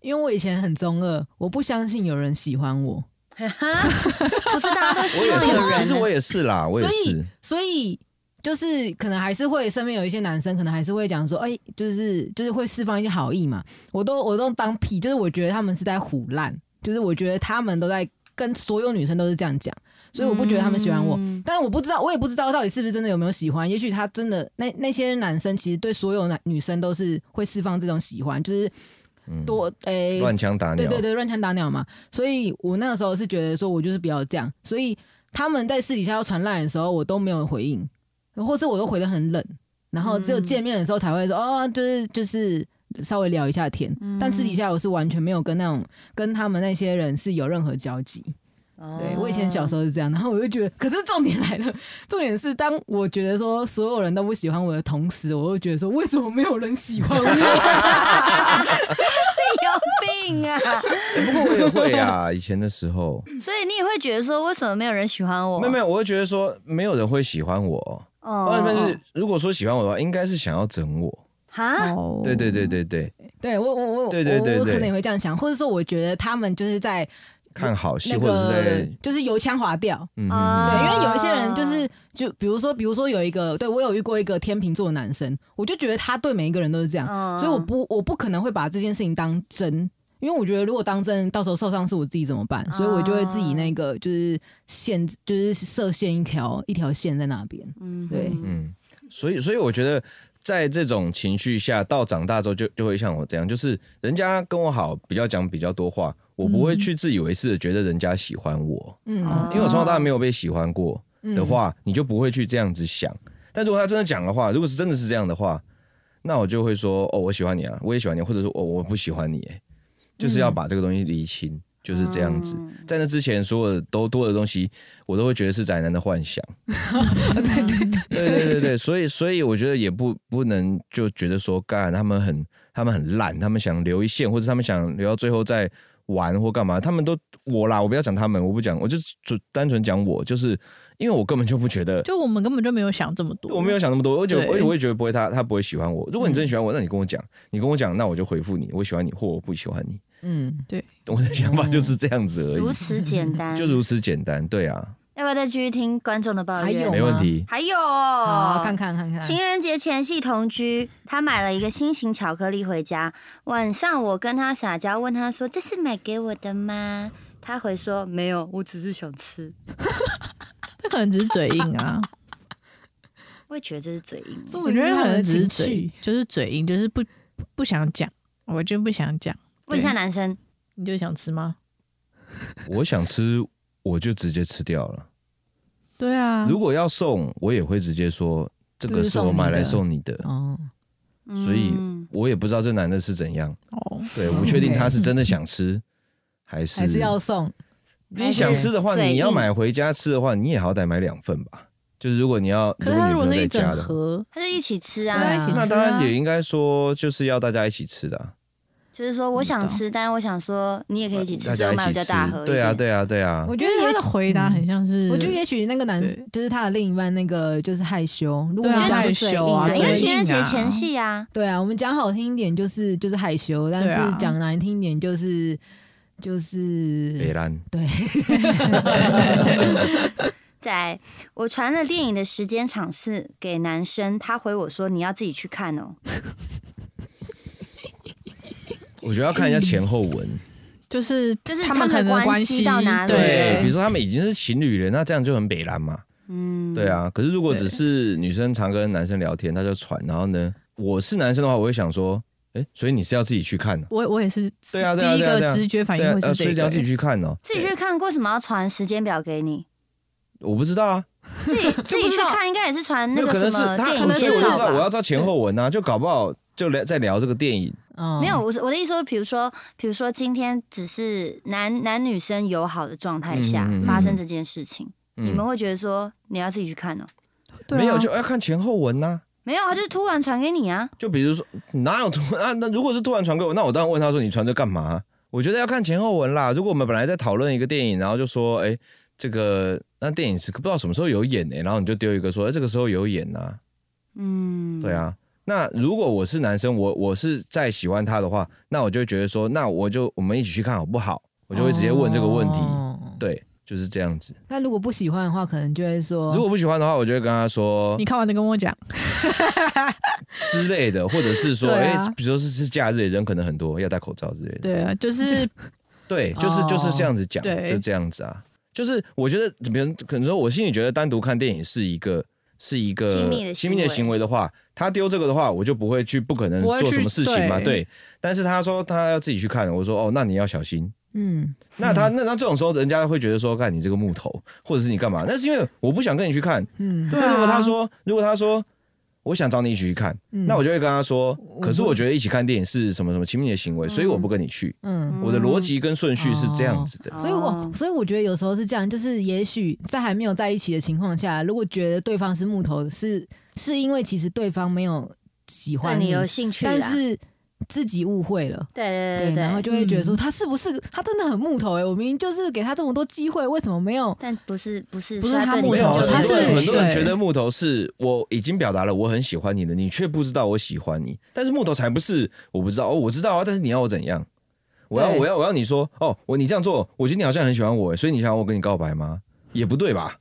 Speaker 2: 因为我以前很中二，我不相信有人喜欢我，
Speaker 1: 不是大家都
Speaker 4: 我
Speaker 1: 希
Speaker 4: 也
Speaker 1: 望有
Speaker 4: 是，其实我
Speaker 1: 人，
Speaker 4: 也是啦，我也
Speaker 2: 所
Speaker 4: 是
Speaker 2: 以，所以就是可能还是会身边有一些男生，可能还是会讲说，哎、就是就是会释放一些好意嘛。我都我都当屁，就是我觉得他们是在胡烂，就是我觉得他们都在跟所有女生都是这样讲，所以我不觉得他们喜欢我。
Speaker 1: 嗯
Speaker 2: 但我不知道，我也不知道到底是不是真的有没有喜欢。也许他真的那那些男生其实对所有男女生都是会释放这种喜欢，就是
Speaker 4: 嗯，
Speaker 2: 多哎诶、
Speaker 4: 乱枪打
Speaker 2: 对
Speaker 4: 鸟，
Speaker 2: 对对，乱枪打鸟嘛。所以我那个时候是觉得说，我就是不要这样。所以他们在私底下要传烂的时候，我都没有回应，或是我都回的很冷。然后只有见面的时候才会说，哦，就是就是稍微聊一下天。但私底下我是完全没有跟那种跟他们那些人是有任何交集。对我以前小时
Speaker 1: 候，
Speaker 2: 候是这样，然后我就觉得，可是重点来了，重点是当我觉得说所有人都不喜欢我的同时，我又觉得说为什么没有人喜欢我？
Speaker 1: 有病啊！
Speaker 4: 哎不过 我也会啊，以前的时候，
Speaker 1: 所以你也会觉得说，为什么没有人喜欢我？
Speaker 4: 没有没有，我会觉得说没有人会喜欢我，
Speaker 1: 哦
Speaker 4: 外面是如果说喜欢我的话，应该是想要整我。
Speaker 1: 哈，
Speaker 3: 哦，
Speaker 4: 对对对对对，
Speaker 2: 对我我我
Speaker 4: 对对对
Speaker 2: 我我可
Speaker 4: 对
Speaker 2: 能也会这样想，或者说我觉得他们就是在
Speaker 4: 看好戏
Speaker 2: 那
Speaker 4: 或者是
Speaker 2: 个
Speaker 4: 在
Speaker 2: 就是油腔滑调，
Speaker 4: 嗯
Speaker 1: 啊
Speaker 2: 对，
Speaker 4: 嗯，
Speaker 2: 因为有一些人
Speaker 3: 啊
Speaker 2: 就是就比如说比如说有一个对我有遇过一个天秤座的男生，我就觉得他对每一个人都是这样，
Speaker 3: 啊
Speaker 1: 嗯
Speaker 2: 所以我不我不可能会把这件事情当真，因为我觉得如果当真，到时候受伤是我自己怎么办？所以我就会自
Speaker 3: 啊
Speaker 2: 己那个就是线，就是设限一条一条线在那边。
Speaker 1: 嗯
Speaker 2: 对
Speaker 4: 嗯，所以所以我觉得，在这种情绪下，到长大之后就就会像我这样，就是人家跟我好，比较讲比较多话，我不会去自以为是的觉得人家喜欢我，
Speaker 2: 嗯
Speaker 3: 啊
Speaker 1: 哦
Speaker 4: 因为我从小到大没有被喜欢过
Speaker 2: 嗯
Speaker 4: 的话，你就不会去这样子想。但如果他真的讲的话，如果是真的是这样的话，那我就会说哦，我喜欢你啊，我也喜欢你，或者说哦，我不喜欢你、欸，就是要把这个东西厘清，就是这样子。在那之前，所有的都多的东西，我都会觉得是宅男的幻想。
Speaker 1: 对对对，
Speaker 4: 对 对对对，所以所以我觉得也不不能就觉得说干他们很他们很烂，他们想留一线，或者他们想留到最后再玩或干嘛，他们都我啦，我不要讲他们，我不讲，我就就单纯讲我，就是因为我根本就不觉得，
Speaker 3: 就我们根本就没有想这么多，
Speaker 4: 我没有想那么多，而且
Speaker 3: 对
Speaker 4: 而且我也觉得不会他他不会喜欢我。如果你真的喜欢我，那你跟我讲，你跟我讲，那我就回复你，我喜欢你或我不喜欢你，
Speaker 2: 嗯，
Speaker 4: 我的想法就是这样子而
Speaker 1: 如
Speaker 4: 已，
Speaker 1: 此简单，
Speaker 4: 就如此简单，对啊，
Speaker 1: 要不要再继续听观众的抱
Speaker 2: 还有
Speaker 1: 怨？
Speaker 4: 没问题。
Speaker 1: 还有
Speaker 2: 好啊
Speaker 1: 哦，，
Speaker 2: 看看看看，
Speaker 1: 情人节前夕同居，他买了一个心形巧克力回家。晚上我跟他撒娇，问他说：“这是买给我的吗？”他回说：“没有，我只是想吃。
Speaker 3: 他可能只是嘴硬啊，”
Speaker 1: 我也觉得这是嘴硬。
Speaker 3: 我觉得可能只是嘴，就是嘴硬，就是不不想讲，我就不想讲。
Speaker 1: 问一下男生，
Speaker 3: 你就想吃吗？
Speaker 4: 我想吃，我就直接吃掉了。
Speaker 3: 对啊，
Speaker 4: 如果要送，我也会直接说这
Speaker 2: 这
Speaker 4: 个
Speaker 2: 是
Speaker 4: 是
Speaker 2: 送
Speaker 4: 我买
Speaker 2: 你的
Speaker 4: 来送你的。
Speaker 2: 哦，
Speaker 4: 所以
Speaker 1: 嗯
Speaker 4: 我也不知道这男的是怎样，
Speaker 3: 哦，
Speaker 4: 对我不确定他是真的想吃，还是
Speaker 2: 还是要送，哎
Speaker 4: 你想吃的话，
Speaker 1: 嘴硬
Speaker 4: 你要买回家吃的话，你也好歹买两份吧。就是如果你要，
Speaker 3: 可是他
Speaker 4: 如
Speaker 3: 如
Speaker 4: 果
Speaker 3: 果
Speaker 4: 你
Speaker 3: 是一
Speaker 4: 在家
Speaker 3: 整
Speaker 4: 的话，
Speaker 3: 盒，
Speaker 1: 他就一起吃
Speaker 3: 大
Speaker 1: 啊，
Speaker 3: 家一起吃、啊，
Speaker 4: 那当然也应该说就是要大家一起吃的啊，
Speaker 1: 就是说我想吃，但我想说你也可以一起吃，所以我买
Speaker 4: 大家
Speaker 1: 比较
Speaker 4: 一起吃
Speaker 1: 大盒。
Speaker 4: 对啊，，对啊，对啊。
Speaker 2: 我觉
Speaker 3: 因
Speaker 2: 得
Speaker 3: 为他
Speaker 2: 也
Speaker 3: 的回答很像是，
Speaker 2: 我觉得也许那个男
Speaker 3: 对
Speaker 2: 就是他的另一半，那个就是害羞。如果
Speaker 3: 对啊
Speaker 1: 我
Speaker 2: 我们
Speaker 1: 觉
Speaker 2: 讲
Speaker 1: 得
Speaker 3: 害
Speaker 1: 是嘴
Speaker 3: 羞
Speaker 1: 硬
Speaker 3: 啊
Speaker 1: 啊，因为
Speaker 3: 嘴
Speaker 1: 情人节
Speaker 3: 硬啊
Speaker 1: 前夕啊，
Speaker 2: 对啊，我们讲好听一点就是就是害羞，但
Speaker 3: 对啊
Speaker 2: 是讲难听一点就是就
Speaker 4: 北
Speaker 2: 是
Speaker 4: 兰，
Speaker 2: 对，
Speaker 1: 在我传了电影的时间场次给男生，他回我说：“你要自己去看哦。
Speaker 4: 我觉得要看一下前后文。
Speaker 3: 就是
Speaker 1: 就是
Speaker 3: 他
Speaker 1: 他们
Speaker 3: 可能
Speaker 1: 的关系
Speaker 3: 系
Speaker 1: 到哪里
Speaker 4: 对
Speaker 1: 对，
Speaker 4: 比如说他们已经是情侣了，那这样就很北兰嘛。”
Speaker 1: 嗯，
Speaker 4: 对，啊，可是如果
Speaker 3: 对
Speaker 4: 只是女生常跟男生聊天，他就传，然后呢，我是男生的话，我会想说，哎、所以你是要自己去看的、
Speaker 3: 我我也是，
Speaker 4: 对啊
Speaker 3: 第
Speaker 4: 对啊
Speaker 3: 一
Speaker 4: 对啊
Speaker 3: 个
Speaker 4: 对啊
Speaker 3: 直觉反
Speaker 4: 对啊
Speaker 3: 应会，
Speaker 4: 呃
Speaker 3: 是
Speaker 4: 所以
Speaker 3: 这
Speaker 4: 你要自己
Speaker 3: 个。
Speaker 4: 去看哦。
Speaker 1: 自己去看，为什么要传时间表给你？
Speaker 4: 我不知道啊，
Speaker 1: 自 己自己去看，应该也是传那
Speaker 4: 有
Speaker 1: 个
Speaker 4: 可能
Speaker 1: 什
Speaker 4: 是
Speaker 1: 么
Speaker 4: 他，
Speaker 1: 电
Speaker 4: 可
Speaker 1: 影
Speaker 4: 能
Speaker 1: 介
Speaker 4: 是我就
Speaker 1: 绍
Speaker 4: 知道我
Speaker 1: 吧。
Speaker 4: 要知道前后文啊，就搞不好就聊在聊这个电影，
Speaker 2: 嗯
Speaker 1: 没有，我是我的意思说，比如说，比如说今天只是男男女生友好的状态下
Speaker 4: 嗯嗯嗯
Speaker 1: 发生这件事情，
Speaker 4: 嗯
Speaker 1: 你们会觉得说你要自己去看哦？
Speaker 3: 对啊
Speaker 4: 没有就要哎看前后文呐、
Speaker 1: 没有，他就是突然传给你啊。
Speaker 4: 就比如说哪有突 啊？那如果是突然传给我，那我当然问他说你传这干嘛？啊我觉得要看前后文啦。如果我们本来在讨论一个电影，然后就说，哎、这个那电影是不知道什么时候有演呢、然后你就丢一个说，哎、这个时候有演呐、
Speaker 1: 嗯，
Speaker 4: 对，啊。那如果我是男生，我我是在喜欢他的话，那我就会觉得说，那我就我们一起去看好不好？我就会直接问这个问题。
Speaker 2: 哦
Speaker 4: 对，就是这样子。
Speaker 2: 那如果不喜欢的话，可能就会说，
Speaker 4: 如果不喜欢的话，我就会跟他说
Speaker 3: 你看完再跟我讲，
Speaker 4: 之类的，或者是说，
Speaker 3: 对
Speaker 4: 哎、
Speaker 3: 啊
Speaker 4: 比如说是是假日，人可能很多，要戴口罩之类的。
Speaker 3: 对啊，就是
Speaker 4: 对，就是
Speaker 2: 哦
Speaker 4: 就是这样子讲，
Speaker 3: 对
Speaker 4: 就这样子啊。就是我觉得，比如可能说，我心里觉得单独看电影是一个是一个
Speaker 1: 亲密的行为
Speaker 4: 亲密的行为的话，他丢这个的话，我就不会去不可能
Speaker 3: 不会
Speaker 4: 做
Speaker 3: 去
Speaker 4: 什么事情嘛。
Speaker 3: 对
Speaker 4: 对，但是他说他要自己去看，我说哦，那你要小心。
Speaker 2: 嗯，
Speaker 4: 那他那那这种时候，人家会觉得说，看你这个木头，或者是你干嘛？那是因为我不想跟你去看。
Speaker 2: 嗯
Speaker 4: 对，如果他说，如果他说我想找你一起去看，
Speaker 2: 嗯
Speaker 4: 那我就会跟他说，可是
Speaker 2: 我
Speaker 4: 我觉得一起看电影是什么什么亲密的行为，所以我不跟你去。
Speaker 2: 嗯。
Speaker 4: 我的逻辑跟顺序是这样子的。
Speaker 2: 所以我
Speaker 1: 哦，
Speaker 2: 所以我觉得有时候是这样，就是也许在还没有在一起的情况下，如果觉得对方是木头，是是因为其实对方没有喜
Speaker 1: 对
Speaker 2: 欢
Speaker 1: 你有兴趣啦，
Speaker 2: 但是自己误会了。
Speaker 1: 对对
Speaker 2: 对，
Speaker 1: 对
Speaker 2: 然
Speaker 1: 对嗯
Speaker 2: 后就会觉得说他是不是他真的很木头哎、我明明就是给他这么多机会，为什么没有？
Speaker 1: 但不是不是
Speaker 3: 不是
Speaker 1: 在
Speaker 3: 他
Speaker 1: 对你
Speaker 3: 木
Speaker 4: 没
Speaker 1: 的
Speaker 4: 有，
Speaker 3: 头
Speaker 1: 感觉
Speaker 4: 很
Speaker 3: 他
Speaker 4: 多
Speaker 3: 是
Speaker 4: 人很多人
Speaker 3: 对
Speaker 4: 觉得木头是我已经表达了我很喜欢你了，你却不知道我喜欢你。但是木头才不是，我不知道哦，我知道啊，但是你要我怎样？我要
Speaker 2: 对
Speaker 4: 我要我要你说哦，我你这样做，我觉得你好像很喜欢我，所以你想要我跟你告白吗？也不对吧？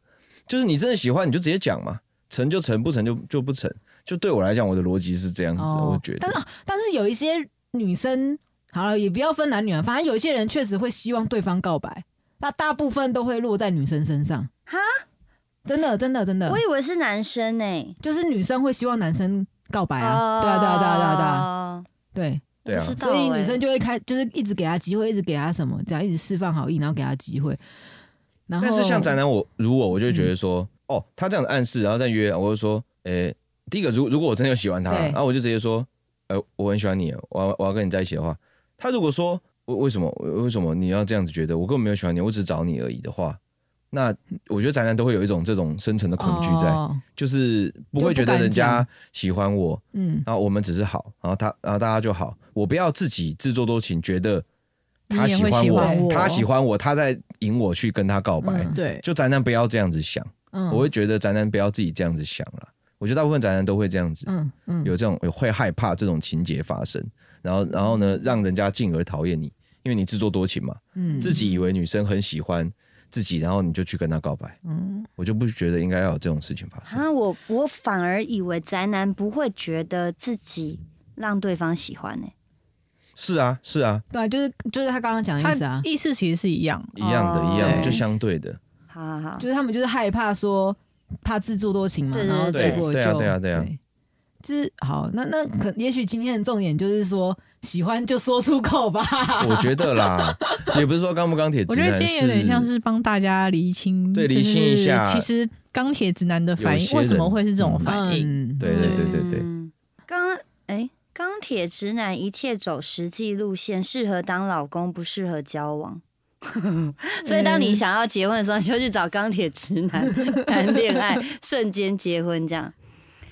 Speaker 4: 就是你真的喜欢，你就直接讲嘛，成就成，不成就就不成。就对我来讲，我的逻辑是这样子，我觉得
Speaker 2: 哦但。是但是有一些女生，好了，也不要分男女啊，反正有一些人确实会希望对方告白，那大部分都会落在女生身上。
Speaker 1: 哈，
Speaker 2: 真的真的真的
Speaker 1: 我，以为是男生呢。
Speaker 2: 就是女生会希望男生告白啊，
Speaker 1: 哦
Speaker 2: 对啊对啊对啊对啊对啊
Speaker 1: 啊，
Speaker 2: 对，
Speaker 4: 对啊
Speaker 1: 我不知道
Speaker 2: 所以
Speaker 1: 欸
Speaker 2: 女生就会开，就是一直给他机会，一直给他什么，这样一直释放好意，然后给他机会。然后
Speaker 4: 但是像宅男我，如果我就会觉得说，哦，他这样的暗示，然后再约，我就说，诶、第一个，如如果我真的有喜欢他，
Speaker 2: 对
Speaker 4: 然后我就直接说，呃，我很喜欢你，我要我要跟你在一起的话，他如果说，为为什么为为什么你要这样子觉得，我根本没有喜欢你，我只是找你而已的话，那我觉得宅男都会有一种这种深层的恐惧在，
Speaker 2: 哦
Speaker 4: 就是不会觉得人家喜欢我，
Speaker 2: 嗯，
Speaker 4: 然后我们只是好，然后他然后大家就好，我不要自己自作多情，觉得他
Speaker 3: 你也
Speaker 4: 喜
Speaker 3: 会喜欢
Speaker 4: 我，
Speaker 3: 我
Speaker 4: 他喜欢我，他在引我去跟他告白。
Speaker 2: 嗯
Speaker 3: 对，
Speaker 4: 就宅男不要这样子想，
Speaker 2: 嗯
Speaker 4: 我会觉得宅男不要自己这样子想了。我觉得大部分宅男都会这样子，
Speaker 2: 嗯嗯
Speaker 4: 有这种有会害怕这种情节发生，然后然后呢，让人家进而讨厌你，因为你自作多情嘛，
Speaker 2: 嗯
Speaker 4: 自己以为女生很喜欢，自己，然后你就去跟他告白，
Speaker 2: 嗯，
Speaker 4: 我就不觉得应该要有这种事情发生。
Speaker 1: 啊，我我反而以为宅男不会觉得自己让对方喜欢呢、
Speaker 4: 是啊，是啊，
Speaker 2: 对啊，就是就是他刚刚讲的意思啊
Speaker 3: 他，意思其实是一样，
Speaker 4: 一样的，
Speaker 1: 哦
Speaker 4: 一样的，
Speaker 3: 对
Speaker 4: 就相对 的，
Speaker 1: 好好好，
Speaker 2: 就是他们就是害怕说怕自作多情嘛，
Speaker 1: 对对
Speaker 2: 然后
Speaker 1: 对
Speaker 2: 结果就
Speaker 4: 对啊对啊对啊
Speaker 2: 就是好，那那可也许今天的重点就是说，喜欢就说出口吧。
Speaker 4: 我觉得啦，也不是说钢不钢铁直
Speaker 3: 我
Speaker 4: 男
Speaker 3: 觉
Speaker 4: 是，
Speaker 3: 得今天有点像是帮大家厘清，
Speaker 4: 对厘清
Speaker 3: 就是
Speaker 4: 一下
Speaker 3: 其实钢铁直男的反
Speaker 4: 有
Speaker 3: 应
Speaker 4: 些人
Speaker 3: 为什么会是这种反应？
Speaker 2: 嗯，
Speaker 4: 对对对对对
Speaker 1: 嗯刚哎，钢铁直男一切走实际路线，适合当老公，不适合交往。 所以，当你想要结婚的时候，你就去找钢铁直男谈恋爱，瞬间结婚这样。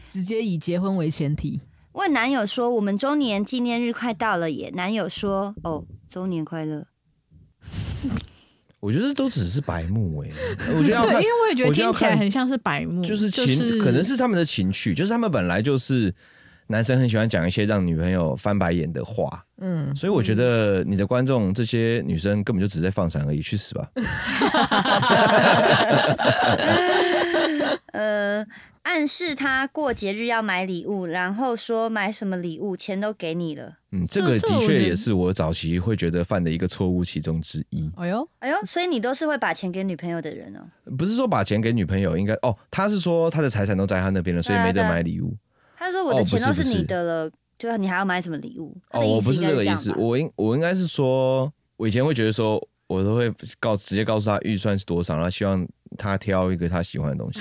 Speaker 2: 直接以结婚为前提。
Speaker 1: 问男友说：“我们周年纪念日快到了耶。”男友说：“哦，周年快乐。
Speaker 4: 我觉得都只是白目哎、我觉得要
Speaker 3: 对，因
Speaker 4: 看，
Speaker 3: 为我也觉得
Speaker 4: 我觉得
Speaker 3: 听
Speaker 4: 要
Speaker 3: 起来
Speaker 4: 看
Speaker 3: 很像是白目，
Speaker 4: 就是情，
Speaker 3: 嗯是
Speaker 4: 可能是他们的情趣，就是他们本来就是男生很喜欢讲一些让女朋友翻白眼的话，
Speaker 2: 嗯，
Speaker 4: 所以我觉得你的观众这些女生根本就只是在放闪而已，去死吧！
Speaker 1: 呃，暗示他过节日要买礼物，然后说买什么礼物，钱都给你了。
Speaker 4: 嗯，
Speaker 3: 这
Speaker 4: 这个
Speaker 3: 这我
Speaker 4: 的
Speaker 3: 觉得
Speaker 4: 确也是我早期会觉得犯的一个错误其中之一。
Speaker 2: 哎呦，
Speaker 1: 哎呦，所以你都是会把钱给女朋友的人哦。
Speaker 4: 不是说把钱给女朋友，应该哦，他是说他的财产都在他那边了，所以
Speaker 1: 对啊
Speaker 4: 没得
Speaker 1: 对啊
Speaker 4: 买礼物。
Speaker 1: 他说我的
Speaker 4: 哦不
Speaker 1: 钱
Speaker 4: 是
Speaker 1: 都
Speaker 4: 不
Speaker 1: 是你
Speaker 4: 是
Speaker 1: 的了，就你还要买什么礼物？他
Speaker 4: 哦，
Speaker 1: 的意
Speaker 4: 我
Speaker 1: 思
Speaker 4: 不是
Speaker 1: 应该
Speaker 4: 这个意
Speaker 1: 样
Speaker 4: 思，
Speaker 1: 吧
Speaker 4: 我应我应该是说，我以前会觉得说，我都会告直接告诉他预算是多少，然后希望他挑一个他喜欢的东西，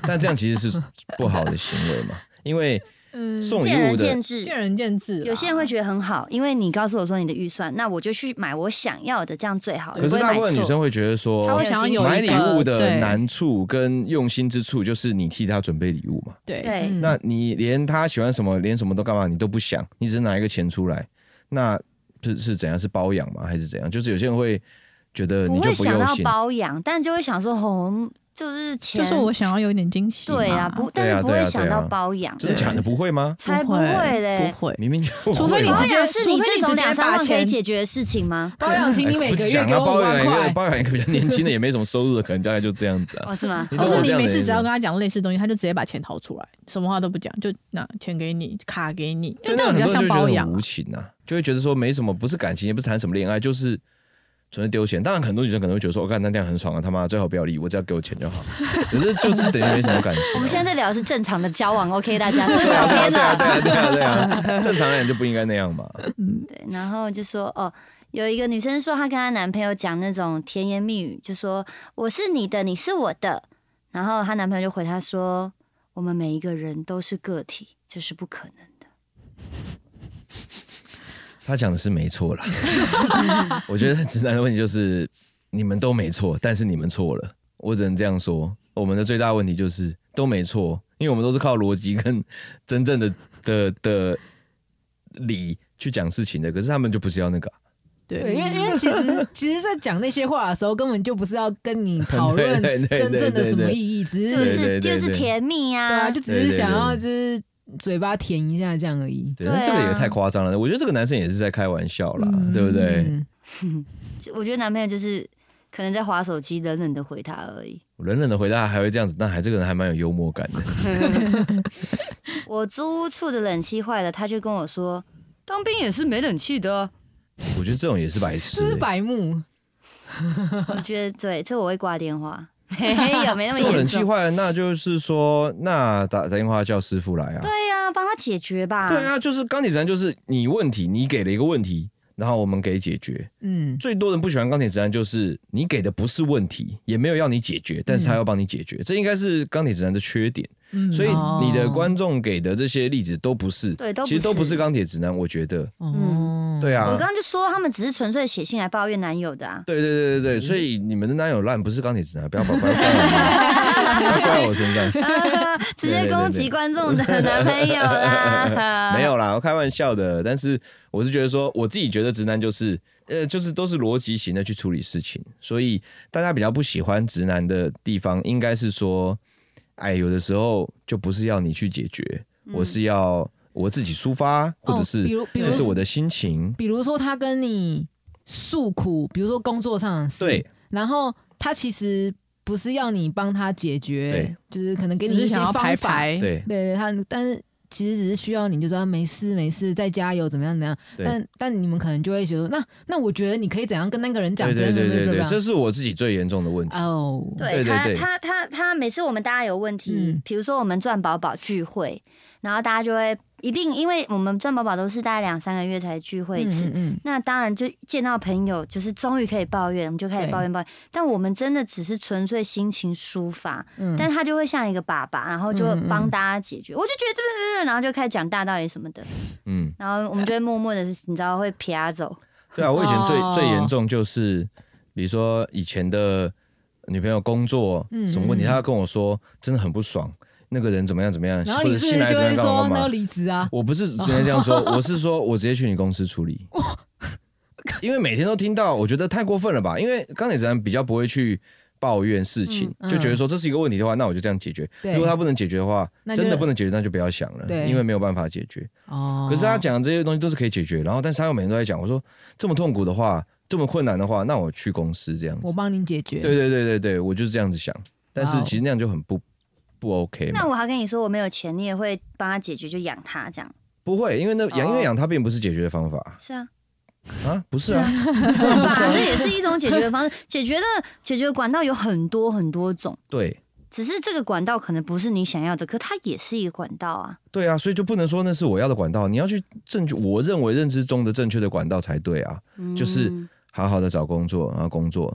Speaker 4: 但这样其实是不好的行为嘛，因为
Speaker 3: 嗯
Speaker 4: 送礼
Speaker 1: 见仁
Speaker 4: 物的
Speaker 1: 见智。
Speaker 3: 见仁见智啦。
Speaker 1: 有些人会觉得很好，因为你告诉我说你的预算，那我就去买我想要的，这样最好。
Speaker 4: 可是
Speaker 1: 你不会
Speaker 4: 大部
Speaker 1: 买
Speaker 4: 分女
Speaker 1: 错
Speaker 4: 生会觉得说，
Speaker 3: 他会想要有一个
Speaker 4: 哦买礼物的
Speaker 3: 对
Speaker 4: 难处跟用心之处就是你替他准备礼物嘛。
Speaker 3: 对，
Speaker 1: 对，
Speaker 2: 嗯
Speaker 4: 哎那你连他喜欢什么，连什么都干嘛，你都不想，你只是拿一个钱出来，那是是怎样？是包养吗？还是怎样？就是有些人会觉得你
Speaker 1: 不
Speaker 4: 就
Speaker 1: 会
Speaker 4: 不
Speaker 1: 想
Speaker 4: 用
Speaker 1: 到
Speaker 4: 心，
Speaker 1: 包养，但就会想说，
Speaker 4: 哦嗯
Speaker 1: 红就是钱，
Speaker 3: 就是我想要有一点惊喜嘛。
Speaker 1: 对啊，不，但
Speaker 4: 对啊
Speaker 1: 是不
Speaker 4: 对
Speaker 1: 会
Speaker 4: 啊
Speaker 1: 想
Speaker 4: 对
Speaker 1: 到
Speaker 4: 啊
Speaker 1: 包养，
Speaker 4: 真的假的？哎不会 吗？
Speaker 1: 才不会嘞
Speaker 3: 不。会。
Speaker 4: 明明就
Speaker 3: 除非你
Speaker 1: 包
Speaker 4: 不会嘛
Speaker 3: 直接
Speaker 1: 养是你
Speaker 3: 除非
Speaker 1: 这
Speaker 3: 你
Speaker 1: 种
Speaker 3: 直接
Speaker 1: 两三
Speaker 3: 把
Speaker 1: 万可以
Speaker 3: 钱
Speaker 1: 解决的事情 吗？
Speaker 2: 包养，
Speaker 4: 哎
Speaker 2: 请你每个月给我五
Speaker 4: 包养
Speaker 2: 万
Speaker 4: 啊一个
Speaker 2: 块，
Speaker 4: 包养一个比较年轻的，也没什么收入的，可能大概就这样子啊。
Speaker 1: 哦，是吗？
Speaker 4: 你
Speaker 3: 或
Speaker 4: 懂
Speaker 3: 是
Speaker 4: 我
Speaker 3: 你
Speaker 4: 这样的
Speaker 3: 每次
Speaker 4: 意
Speaker 3: 只
Speaker 4: 思
Speaker 3: 要跟
Speaker 4: 吗
Speaker 3: 他讲类似的东西，他就直接把钱掏出来，什么话都不讲，就拿钱给你，卡给你，就
Speaker 4: 对
Speaker 3: 这
Speaker 4: 那
Speaker 3: 样
Speaker 4: 很
Speaker 3: 比较
Speaker 4: 多人就
Speaker 3: 像
Speaker 4: 觉
Speaker 3: 包
Speaker 4: 得
Speaker 3: 养
Speaker 4: 很。无情啊，就会觉得说没什么，不是感情，也不是谈什么恋爱，就是纯粹丢钱。当然，很多女生可能会觉得说，我、看那这样很爽啊，他妈最好不要理我，只要给我钱就好。可是就是等于没什么感情啊、
Speaker 1: 我们现在在聊的是正常的交往，OK，大 家，所以
Speaker 4: 对
Speaker 1: 找
Speaker 4: 啊，
Speaker 1: 偏
Speaker 4: 对啊，
Speaker 1: 了
Speaker 4: 对。啊，对啊，对啊，正常人就不应该那样嘛。
Speaker 3: 嗯，
Speaker 1: 对，然后就说哦，有一个女生说她跟她男朋友讲那种甜言蜜语，就说我是你的，你是我的，然后她男朋友就回她说，我们每一个人都是个体，这是不可能的。
Speaker 4: 他讲的是没错啦， 我觉得直男的问题就是你们都没错，但是你们错了，我只能这样说。我们的最大问题就是都没错，因为我们都是靠逻辑跟真正的的的理去讲事情的，可是他们就不是要那个啊，
Speaker 2: 对，
Speaker 3: 对，
Speaker 2: 因为因为其实其实，在讲那些话的时候，根本就不是要跟你讨论
Speaker 4: 对对对对
Speaker 2: 真正的什么
Speaker 4: 对对
Speaker 2: 意义，只
Speaker 1: 就是是
Speaker 4: 对对
Speaker 1: 就
Speaker 4: 对
Speaker 1: 是
Speaker 4: 对
Speaker 1: 甜蜜呀、
Speaker 2: 对啊，就只
Speaker 4: 对
Speaker 2: 是
Speaker 4: 对
Speaker 2: 想
Speaker 4: 对
Speaker 2: 要就是嘴巴甜一下这样而已。
Speaker 4: 对，
Speaker 1: 对啊
Speaker 4: 那这个也太夸张了。我觉得这个男生也是在开玩笑啦，
Speaker 3: 嗯
Speaker 4: 对不对？
Speaker 2: 嗯，
Speaker 1: 就我觉得男朋友就是可能在划手机，冷冷的回她而已。
Speaker 4: 我冷冷的回答还会这样子，但还这个人还蛮有幽默感的。
Speaker 1: 我租屋处的冷气坏了，他就跟我说，当兵也是没冷气的啊、
Speaker 4: 我觉得这种也是白痴、
Speaker 2: 这是
Speaker 4: 欸。
Speaker 2: 白目。
Speaker 1: 我觉得对，这我会挂电话， 没有没那么
Speaker 4: 这种
Speaker 1: 严
Speaker 4: 冷气
Speaker 1: 重。
Speaker 4: 坏了，那就是说，那打打电话叫师傅来啊。
Speaker 1: 对呀、帮他解决吧。
Speaker 4: 对啊，就是钢铁直男，就是你问题，你给了一个问题，然后我们给解决。
Speaker 2: 嗯，
Speaker 4: 最多人不喜欢钢铁直男，就是你给的不是问题，也没有要你解决，但是他要帮你解决，这应该是钢铁直男的缺点。
Speaker 3: 嗯
Speaker 4: 所以
Speaker 2: 哦
Speaker 4: 你的观众给的这些例子都不是，
Speaker 1: 对都不
Speaker 4: 其实都不
Speaker 1: 是嗯
Speaker 4: 是钢铁直男，我觉得，
Speaker 2: 哦，
Speaker 4: 对
Speaker 1: 我
Speaker 4: 啊
Speaker 1: 刚。刚就说他们只是纯粹写信来抱怨男友的 啊。
Speaker 4: 对对对对对，所以你们的男友烂不是钢铁直男，不要把怪怪我怪我身上，，
Speaker 1: 直接啊攻击观众的男朋友啦
Speaker 2: 啊
Speaker 4: 没有啦，我开玩笑的。但是我是觉得说，我自己觉得直男就是，呃，就是都是逻辑型的去处理事情，所以大家比较不喜欢直男的地方，应该是说，哎，有的时候就不是要你去解决，我是要我自己抒发，或
Speaker 2: 嗯
Speaker 4: 者
Speaker 2: 哦比
Speaker 4: 是
Speaker 2: 如比如
Speaker 4: 这是我的心情。
Speaker 2: 比如说他跟你诉苦，比如说工作上的事，
Speaker 4: 对，
Speaker 2: 然后他其实不是要你帮他解决，就是可能给
Speaker 3: 只
Speaker 2: 你一
Speaker 3: 是
Speaker 2: 些
Speaker 3: 想要
Speaker 2: 方
Speaker 3: 排
Speaker 2: 法，
Speaker 3: 排，
Speaker 4: 对
Speaker 2: 对对，他但是其实只是需要你就说啊没事没事，再加油怎么样怎么样。
Speaker 4: 对
Speaker 2: 但但你们可能就会觉得，那那我觉得你可以怎样跟那个人讲，
Speaker 4: 对对
Speaker 2: 怎样
Speaker 4: 对
Speaker 2: 怎
Speaker 4: 对
Speaker 2: 样怎
Speaker 4: 对，
Speaker 2: 样怎
Speaker 4: 这
Speaker 2: 样
Speaker 4: 是我自己最严重的问题。
Speaker 2: 哦，
Speaker 1: 对
Speaker 4: 对对
Speaker 1: 他
Speaker 4: 对，
Speaker 1: 他他他每次我们大家有问题
Speaker 2: 嗯，
Speaker 1: 比如说我们赚宝宝聚会，然后大家就会一定，因为我们赚宝宝都是大概两三个月才聚会一次，
Speaker 2: 嗯嗯
Speaker 1: 那当然就见到朋友，就是终于可以抱怨，我们就开始
Speaker 2: 对
Speaker 1: 抱怨抱怨。但我们真的只是纯粹心情抒发，
Speaker 2: 嗯，
Speaker 1: 但他就会像一个爸爸，然后就
Speaker 2: 嗯嗯嗯
Speaker 1: 帮大家解决。我就觉得这边这边，然后就开始讲大道理什么的，
Speaker 4: 嗯，
Speaker 1: 然后我们就会默默的，你知道会撇他走。
Speaker 4: 对啊，我以前最、
Speaker 2: 哦
Speaker 4: 最严重就是，比如说以前的女朋友工作
Speaker 2: 嗯
Speaker 4: 什么问题，
Speaker 2: 嗯
Speaker 4: 她要跟我说，真的很不爽，那个人怎么样怎么样，
Speaker 2: 然后
Speaker 4: 或
Speaker 2: 你
Speaker 4: 者
Speaker 2: 是
Speaker 4: 新来
Speaker 2: 就
Speaker 4: 怎么
Speaker 2: 会
Speaker 4: 样干嘛
Speaker 2: 说
Speaker 4: 干
Speaker 2: 那要
Speaker 4: 嘛。
Speaker 2: 离职啊，
Speaker 4: 我不是直接这样说，我是说我直接去你公司处
Speaker 2: 哦
Speaker 4: 理。因为每天都听到，我觉得太过分了吧？因为钢铁直男比较不会去抱怨事情，
Speaker 2: 嗯嗯
Speaker 4: 就觉得说这是一个问题的话，那我就这样解决。
Speaker 2: 对
Speaker 4: 如果他不能解决的话，
Speaker 2: 那就
Speaker 4: 真的不能解决，那就不要想了，
Speaker 2: 对
Speaker 4: 因为没有办法解决。
Speaker 2: 哦，
Speaker 4: 可是他讲的这些东西都是可以解决，然后但是他又每天都在讲，我说这么痛苦的话，这么困难的话，那我去公司这样
Speaker 2: 我
Speaker 4: 子。
Speaker 2: 帮你解决，
Speaker 4: 对对对对对，我就是这样子想，但
Speaker 2: 哇
Speaker 4: 是
Speaker 2: 哦
Speaker 4: 其实那样就很不不 OK
Speaker 1: 那
Speaker 2: 嗯
Speaker 4: 嘛。
Speaker 1: 我还跟你说我没有钱，你也会帮他解决，就养他这样。
Speaker 4: 不会，因为那养
Speaker 2: 哦
Speaker 4: 因为养它并不是解决的方法
Speaker 1: 是 啊，
Speaker 4: 啊，不是啊，
Speaker 1: 是吧？这也是一种解决方式， 解决的解决管道有很多很多种，
Speaker 4: 对
Speaker 1: 只是这个管道可能不是你想要的，可它也是一个管道啊。
Speaker 4: 对啊，所以就不能说那是我要的管道，你要去正确，我认为认知中的正确的管道才对啊。就是
Speaker 1: 嗯
Speaker 4: 好好的找工作，然后工作，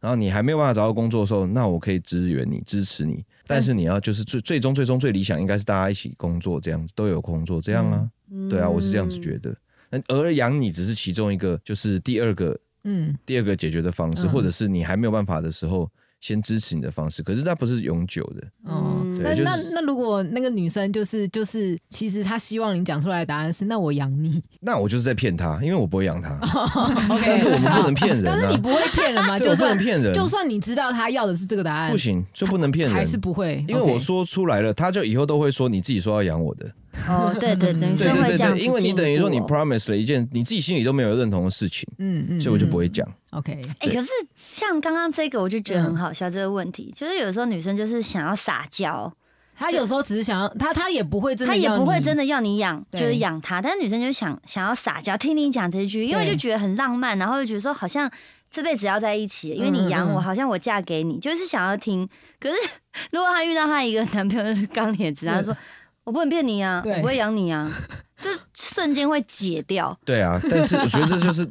Speaker 4: 然后你还没有办法找到工作的时候，那我可以支援你、支持你，但是你要就是最最终最终最理想应该是大家一起工作，这样子都有工作，这样啊，
Speaker 2: 嗯
Speaker 4: 对啊，我是这样子觉得。那而养你只是其中一个，就是第二个
Speaker 2: 嗯，
Speaker 4: 第二个解决的方式，
Speaker 2: 嗯
Speaker 4: 或者是你还没有办法的时候先支持你的方式，可是它不是永久的。
Speaker 2: 哦，
Speaker 1: 嗯
Speaker 2: 那
Speaker 4: 对就是
Speaker 2: 那那如果那个女生就是就是，其实她希望你讲出来的答案是，那我养你。
Speaker 4: 那我就是在骗他，因为我不会 养他，
Speaker 2: 哦 OK，
Speaker 4: 但是我们不能骗人
Speaker 2: 但是你
Speaker 4: 啊，
Speaker 2: 不会骗人吗？
Speaker 4: 对，
Speaker 2: 就
Speaker 4: 我不能
Speaker 2: 算
Speaker 4: 骗人，
Speaker 2: 就算你知道她要的是这个答案，
Speaker 4: 不行就不能骗人，
Speaker 2: 还是不会，
Speaker 4: 因为
Speaker 2: OK
Speaker 4: 我说出来了，他就以后都会说你自己说要养我的，
Speaker 1: 哦，对 对，女
Speaker 4: 对
Speaker 1: 生会
Speaker 4: 对对
Speaker 1: 这样
Speaker 4: 对，
Speaker 1: 子进一步哦，
Speaker 4: 因为你等于说你 promise 了一件你自己心里都没有认同的事情，
Speaker 2: 嗯嗯，
Speaker 4: 所以我就不
Speaker 2: 会
Speaker 4: 会讲。
Speaker 2: OK，
Speaker 1: 哎、
Speaker 4: 对嗯
Speaker 1: 可是像刚刚这个，我就觉得很好笑。这个问题就是有时候女生就是想要撒娇，
Speaker 2: 她有时候只是想要，她她也不会真的
Speaker 1: 她
Speaker 2: 要
Speaker 1: 也
Speaker 2: 你，
Speaker 1: 不会真的要你养，就
Speaker 2: 对
Speaker 1: 是养她，但是女生就想想要撒娇，听你讲这句，因为
Speaker 2: 对
Speaker 1: 就觉得很浪漫，然后就觉得说好像这辈子要在一起，因为
Speaker 2: 嗯
Speaker 1: 你养我，
Speaker 2: 嗯嗯
Speaker 1: 好像我嫁给你，就是想要听。可是 如果她遇到她一个男朋友是钢铁直男，她
Speaker 2: 对
Speaker 1: 说我不能骗你啊，
Speaker 2: 对
Speaker 1: 我不会养你啊，这瞬间会解掉。
Speaker 4: 对啊，但是我觉得 这就是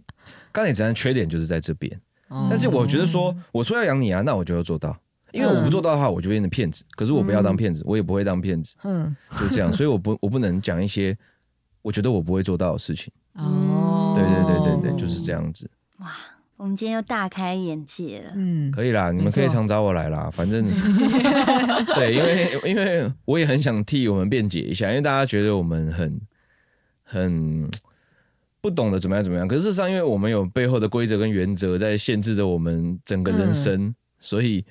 Speaker 4: 钢铁直男的缺点就是在这边。
Speaker 2: 哦，
Speaker 4: 嗯但是我觉得说我说要养你啊，那我就要做到，因为
Speaker 1: 嗯
Speaker 4: 我不做到的话，我就变成骗子。可是我不要当骗子，我也不会当骗子，
Speaker 2: 嗯
Speaker 4: 就这样。所以我不我不能讲一些我觉得我不会做到的事情。
Speaker 1: 嗯
Speaker 2: 哦，
Speaker 4: 对对对对对，就是这样子。
Speaker 1: 我们今天又大开眼界了。
Speaker 2: 嗯，
Speaker 4: 可以啦，你们可以常找我来啦，反正对，因为因为我也很想替我们辩解一下，因为大家觉得我们很很不懂得怎么样怎么样，可是事实上，因为我们有背后的规则跟原则在限制着我们整个人生，所以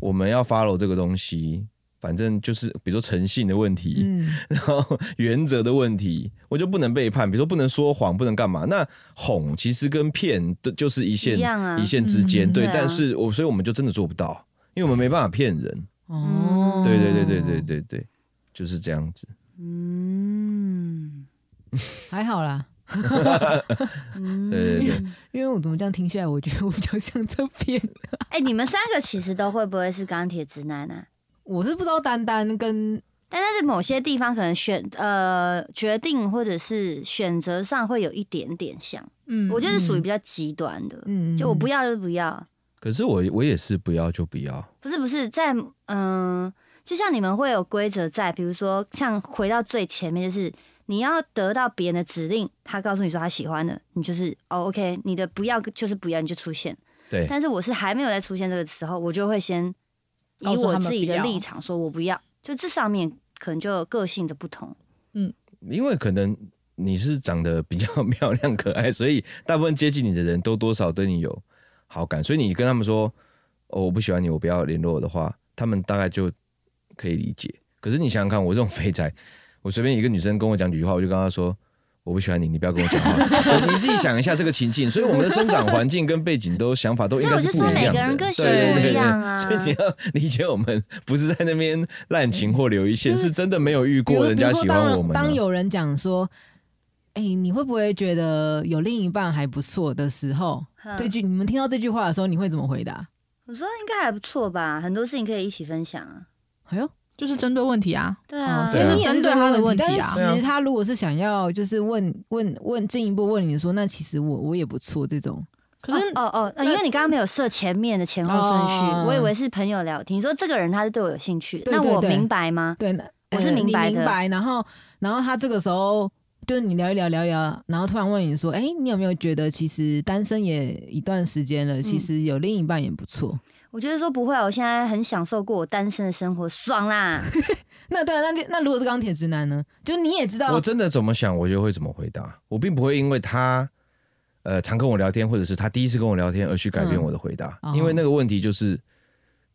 Speaker 4: 我们要 follow 这个东西。反正就是，比如说诚信的问题，
Speaker 2: 嗯
Speaker 4: 然后原则的问题，我就不能背叛，比如说不能说谎，不能干嘛。那哄其实跟骗都就是一线
Speaker 1: 一样啊
Speaker 4: 一线之间，
Speaker 2: 嗯
Speaker 4: 对。
Speaker 1: 对啊
Speaker 4: 但是我所以我们就真的做不到，因为我们没办法骗人。
Speaker 2: 哦，
Speaker 4: 对对对对对，对对，就是这样子。
Speaker 1: 嗯，
Speaker 2: 还好啦。
Speaker 1: 嗯
Speaker 4: 对对对，
Speaker 2: 因为我怎么这样听下来，我觉得我比较像这边，
Speaker 1: 哎、你们三个其实都会不会是钢铁直男啊？
Speaker 2: 我是不知道丹丹跟
Speaker 1: 但在某些地方可能选呃决定或者是选择上会有一点点像，
Speaker 3: 嗯，
Speaker 1: 我觉得是属于比较极端的，
Speaker 2: 嗯，
Speaker 1: 就我不要就不要，
Speaker 4: 可是我我也是不要就不要，
Speaker 1: 不是不是在嗯、就像你们会有规则在，比如说像回到最前面就是。你要得到别人的指令，他告诉你说他喜欢的，你就是哦，OK，你的不要就是不要，你就出现。
Speaker 4: 对
Speaker 1: 但是我是还没有在出现这个时候，我就会先以
Speaker 3: 告诉
Speaker 1: 我
Speaker 3: 他们
Speaker 1: 自己
Speaker 3: 不
Speaker 1: 的
Speaker 3: 要
Speaker 1: 立场说，我不要。就这上面可能就有个性的不同，
Speaker 4: 因为可能你是长得比较 漂亮可爱，所以大部分接近你的人都多少对你有好感，所以你跟他们说哦我不喜欢你，我不要联络我的话，他们大概就可以理解。可是你想想看，我这种肥宅，我随便一个女生跟我讲几句话，我就跟她说我不喜欢你，你不要跟我讲话。 你自己想一下这个情境，所以我们的生长环境跟背景都想法都
Speaker 1: 所
Speaker 4: 应
Speaker 1: 以我
Speaker 4: 该是
Speaker 1: 就
Speaker 4: 不
Speaker 1: 说
Speaker 4: 一
Speaker 1: 每
Speaker 4: 样
Speaker 1: 个
Speaker 4: 的。
Speaker 1: 人个性
Speaker 4: 对
Speaker 1: 不
Speaker 4: 对
Speaker 1: 一
Speaker 4: 对
Speaker 1: 样啊。
Speaker 4: 所以你要理解我们，不是在那边滥情或留一线，是真的没有遇
Speaker 2: 比如
Speaker 4: 过人
Speaker 2: 比如
Speaker 4: 家
Speaker 2: 说
Speaker 4: 喜
Speaker 2: 当
Speaker 4: 欢
Speaker 2: 然
Speaker 4: 我们啊、
Speaker 2: 当有人讲说，哎、你会不会觉得有另一半还不错的时候，
Speaker 1: 嗯
Speaker 2: 这句你们听到这句话的时候，你会怎么回答？
Speaker 1: 我说应该还不错吧，很多事情可以一起分享啊。
Speaker 2: 哎呦，
Speaker 3: 就是针对问题啊。
Speaker 1: 对啊，
Speaker 2: 哦所以
Speaker 4: 对啊
Speaker 2: 你也是针对他的问题，
Speaker 3: 对
Speaker 2: 但
Speaker 3: 啊
Speaker 2: 是其实他如果是想要就是问问问进一步问你说，那其实我我也不错这种，
Speaker 3: 可是
Speaker 1: 哦哦，呃因为你刚刚没有设前面的前后顺序，
Speaker 2: 哦
Speaker 1: 我以为是朋友聊天。你说这个人他是对我有兴趣，
Speaker 2: 对对
Speaker 1: 那我
Speaker 2: 对
Speaker 1: 明白吗？
Speaker 2: 对，呃
Speaker 1: 我是明白的
Speaker 2: 你明白。然后，然后他这个时候就是你聊一聊，聊一聊，然后突然问你说：“哎、你有没有觉得其实单身也一段时间了，其实有另一半也不错？”
Speaker 1: 我觉得说不会啊，我现在很享受过我单身的生活，爽 啦！
Speaker 2: 那对啊，那那如果是钢铁直男呢？就你也知道
Speaker 4: 我，真的怎么想，我就会怎么回答。我并不会因为他呃常跟我聊天，或者是他第一次跟我聊天而去改变
Speaker 2: 嗯
Speaker 4: 我的回答，
Speaker 2: 哦
Speaker 4: 因为那个问题就是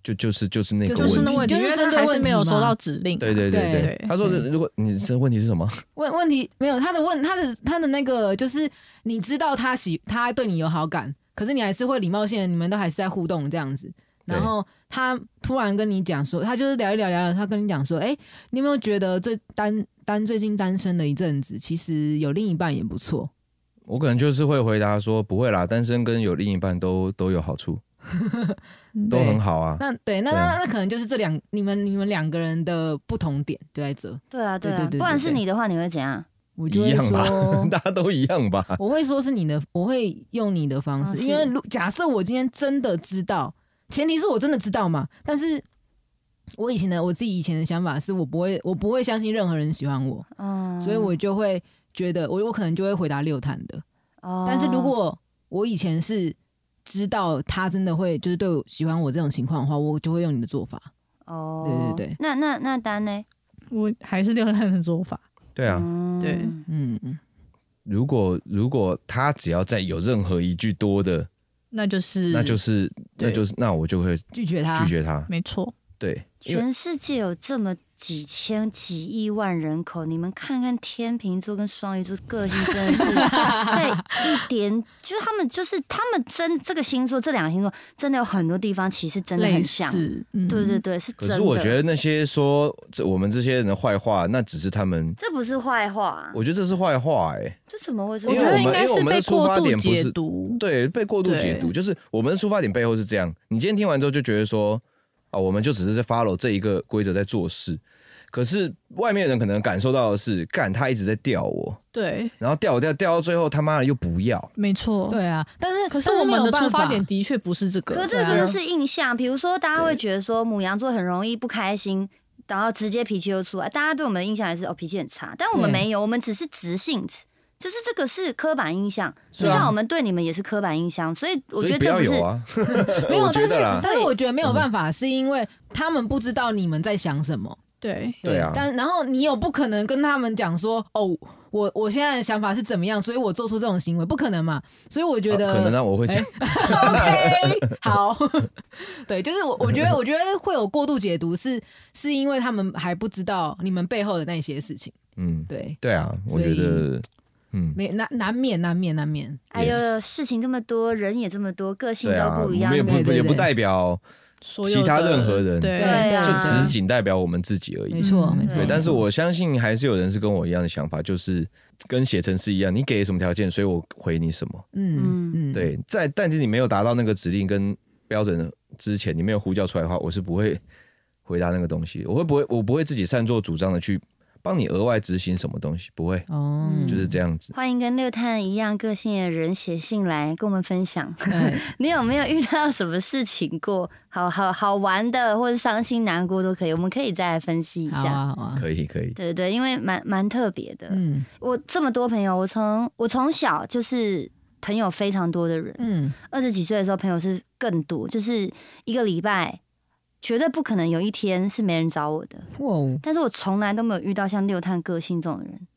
Speaker 4: 就就是就是那个
Speaker 2: 就
Speaker 4: 问
Speaker 3: 是
Speaker 4: 题。
Speaker 3: 那问题，
Speaker 2: 就是
Speaker 3: 因为
Speaker 2: 针
Speaker 3: 他
Speaker 2: 对
Speaker 3: 还
Speaker 2: 问
Speaker 3: 是
Speaker 2: 题
Speaker 3: 没有
Speaker 2: 嘛
Speaker 3: 收到指令啊。
Speaker 4: 对对对
Speaker 2: 对
Speaker 4: 对，他说是如果你这问题是什么？
Speaker 2: 问问题没有他的问他的他的那个就是你知道他喜他对你有好感，可是你还是会礼貌性的，你们都还是在互动这样子。
Speaker 4: 对
Speaker 2: 然后他突然跟你讲说，他就是聊一聊聊一聊，他跟你讲说，哎、你有没有觉得最单单最近单身了一阵子，其实有另一半也不错。
Speaker 4: 我可能就是会回答说不会啦，单身跟有另一半都都有好处，都
Speaker 2: 对
Speaker 4: 很好啊。
Speaker 2: 那对，那
Speaker 4: 对啊
Speaker 2: 那那可能就是这两你们你们两个人的不同点就在这，
Speaker 1: 对啊，对啊
Speaker 2: 对对，对
Speaker 1: 不然是你的话，你会怎样？
Speaker 2: 我就
Speaker 4: 一
Speaker 2: 会
Speaker 4: 样吧
Speaker 2: 说，，
Speaker 4: 大家都一 样吧。
Speaker 2: 我会说是你的，我会用你的方
Speaker 1: 哦
Speaker 2: 式，
Speaker 1: 是
Speaker 2: 因为如假设我今天真的知道，前提是我真的知道嘛。但是我以前的我自己以前的想法是我不会，我不会相信任何人喜欢我，
Speaker 1: 嗯，
Speaker 2: 所以我就会觉得我我可能就会回答六探的。
Speaker 1: 哦，
Speaker 2: 但是如果我以前是知道他真的会就是对我喜欢我这种情况的话，我就会用你的做法。
Speaker 1: 哦，
Speaker 2: 对对对，
Speaker 1: 那那那丹呢？
Speaker 3: 我还是六汉的做法。
Speaker 4: 对啊，
Speaker 1: 嗯
Speaker 3: 对
Speaker 2: 嗯，嗯
Speaker 4: 如果如果他只要再有任何一句多的，
Speaker 3: 那就是
Speaker 4: 那就是
Speaker 3: 对
Speaker 4: 那就是那我就会
Speaker 2: 拒
Speaker 4: 拒
Speaker 2: 绝他，
Speaker 4: 绝他。
Speaker 3: 没错，
Speaker 4: 对，因为
Speaker 1: 全世界有这么几千几亿万人口，你们看看天秤座跟双鱼座个性真的是在一点，就是他们就是他们真这个星座这两个星座真的有很多地方其实真的
Speaker 3: 类
Speaker 1: 很像，
Speaker 3: 似，嗯，
Speaker 1: 对对对，是
Speaker 4: 可
Speaker 1: 真的。
Speaker 4: 是我觉得那些说这我们这些人的坏话，那只是他们，
Speaker 1: 这不是坏话，
Speaker 4: 我觉得这是坏话哎、
Speaker 1: 这怎么会是
Speaker 4: 因
Speaker 3: 我
Speaker 4: 为
Speaker 3: 觉
Speaker 1: 坏话
Speaker 4: 我
Speaker 3: 得应
Speaker 4: 们
Speaker 3: 该
Speaker 4: 因为
Speaker 3: 是
Speaker 4: 我们的
Speaker 3: 被
Speaker 4: 出
Speaker 3: 过
Speaker 4: 发
Speaker 3: 度
Speaker 4: 点不
Speaker 3: 解
Speaker 4: 是
Speaker 3: 读，
Speaker 4: 对，被过度
Speaker 3: 对
Speaker 4: 解读，就是我们的出发点背后是这样。你今天听完之后就觉得说，啊，我们就只是在 follow 这一个规则在做事，可是外面人可能感受到的是，干他一直在吊我，
Speaker 3: 对，
Speaker 4: 然后吊我吊吊到最后他妈的又不要，
Speaker 3: 没错。
Speaker 2: 对啊。但是
Speaker 3: 可是
Speaker 2: 但
Speaker 3: 我们
Speaker 2: 没
Speaker 3: 的
Speaker 2: 有办
Speaker 3: 出发
Speaker 2: 法
Speaker 3: 点的确不是这个，
Speaker 1: 啊
Speaker 3: 啊
Speaker 1: 可是
Speaker 4: 啊
Speaker 1: 这个就是印象，比如说大家会觉得说母羊座很容易不开心，然后直接脾气就出来。大家对我们的印象还是哦脾气很差，但我们
Speaker 2: 对
Speaker 1: 没有，我们只是直性子，就是这个是刻板印象，
Speaker 4: 是
Speaker 1: 就
Speaker 4: 啊
Speaker 1: 像我们对你们也是刻板印象，所以我
Speaker 4: 所
Speaker 1: 觉得
Speaker 4: 以不
Speaker 1: 这
Speaker 4: 要
Speaker 1: 不是
Speaker 4: 有啊。
Speaker 2: 没有，
Speaker 4: 我
Speaker 2: 但
Speaker 4: 觉
Speaker 2: 是
Speaker 4: 得啦，嗯
Speaker 2: 但是我觉得没有办法，是因为他们不知道你们在想什么。
Speaker 3: 对，
Speaker 4: 对啊
Speaker 2: 但然后你有不可能跟他们讲说，哦，我我现在的想法是怎么样，所以我做出这种行为，不可能嘛。所以我觉得、
Speaker 4: 啊可能啊，我
Speaker 1: 哎
Speaker 4: 会讲，
Speaker 2: OK，好， 对，就是我我觉得我觉得会有过度解读是，是因为他们还不知道你们背后的那些事情，
Speaker 4: 嗯，
Speaker 2: 对，
Speaker 4: 对啊，我
Speaker 2: 所
Speaker 4: 觉
Speaker 2: 以
Speaker 4: 得，嗯，
Speaker 2: 没难难免难免难免，
Speaker 1: 哎呦
Speaker 4: Yes
Speaker 1: 事情这么多，人也这么多，个性
Speaker 4: 对啊，
Speaker 1: 都
Speaker 4: 我
Speaker 1: 不
Speaker 4: 们
Speaker 1: 一样，
Speaker 4: 也不
Speaker 2: 对对
Speaker 4: 也不
Speaker 2: 对
Speaker 4: 代表，
Speaker 3: 所有
Speaker 4: 其他
Speaker 3: 的
Speaker 4: 任何人
Speaker 3: 对
Speaker 1: 对啊
Speaker 4: 就只是仅代表我们自己而已
Speaker 2: 没。错
Speaker 3: 嗯
Speaker 2: 没错
Speaker 4: 对，
Speaker 1: 对，
Speaker 4: 但是我相信还是有人是跟我一样的想法，就是跟写程式一样，你给什么条件，所以我回你什么。
Speaker 2: 嗯嗯，
Speaker 4: 对，在但是你没有达到那个指令跟标准之前，你没有呼叫出来的话，我是不会回答那个东西。我会不会我不会自己擅作主张的去帮你额外执行什么东西，不会，
Speaker 2: 哦，
Speaker 4: 就是这样子。
Speaker 1: 欢迎跟六探一样个性的人写信来跟我们分享，
Speaker 2: 对
Speaker 1: 你有没有遇到什么事情过？好好好玩的，或者伤心难过都可以，我们可以再来分析一
Speaker 2: 好
Speaker 1: 下。
Speaker 2: 啊好啊，
Speaker 4: 可以可以，
Speaker 1: 对对，因为蛮蛮特别的。
Speaker 2: 嗯
Speaker 1: 我这么多朋友，我从我从小就是朋友非常多的人，
Speaker 2: 嗯，
Speaker 1: 二十几岁的时候朋友是更多，就是一个礼拜绝对不可能有一天是没人找我的。
Speaker 2: 哇哦
Speaker 1: 但是我从来都没有遇到像六探个性这种人，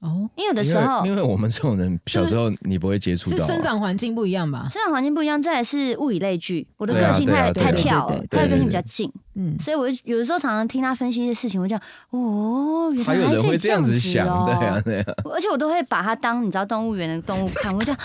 Speaker 2: 哦，
Speaker 1: 因为有的
Speaker 4: 因
Speaker 1: 时
Speaker 4: 为
Speaker 1: 候
Speaker 4: 因为我们这种人小时候你不会接触
Speaker 2: 是
Speaker 4: 到啊，
Speaker 2: 生长环境不一样吧？
Speaker 1: 生长环境不一样，再来是物以类聚。我的
Speaker 4: 对啊
Speaker 1: 个性
Speaker 4: 对
Speaker 1: 太、
Speaker 4: 啊对
Speaker 1: 太
Speaker 4: 啊
Speaker 1: 跳了
Speaker 2: 对对，
Speaker 1: 他的
Speaker 4: 对
Speaker 1: 个性比
Speaker 4: 对
Speaker 1: 较近，
Speaker 2: 嗯，
Speaker 1: 所以我就有的时候常常听他分析一些事情，我就讲哦，原来
Speaker 4: 还有
Speaker 1: 还
Speaker 4: 人
Speaker 1: 可以
Speaker 4: 会
Speaker 1: 这
Speaker 4: 这
Speaker 1: 样
Speaker 4: 样
Speaker 1: 子
Speaker 4: 子想，
Speaker 1: 哦
Speaker 4: 对啊，对啊，
Speaker 1: 而且我都会把它当你知道动物园的动物看，我就讲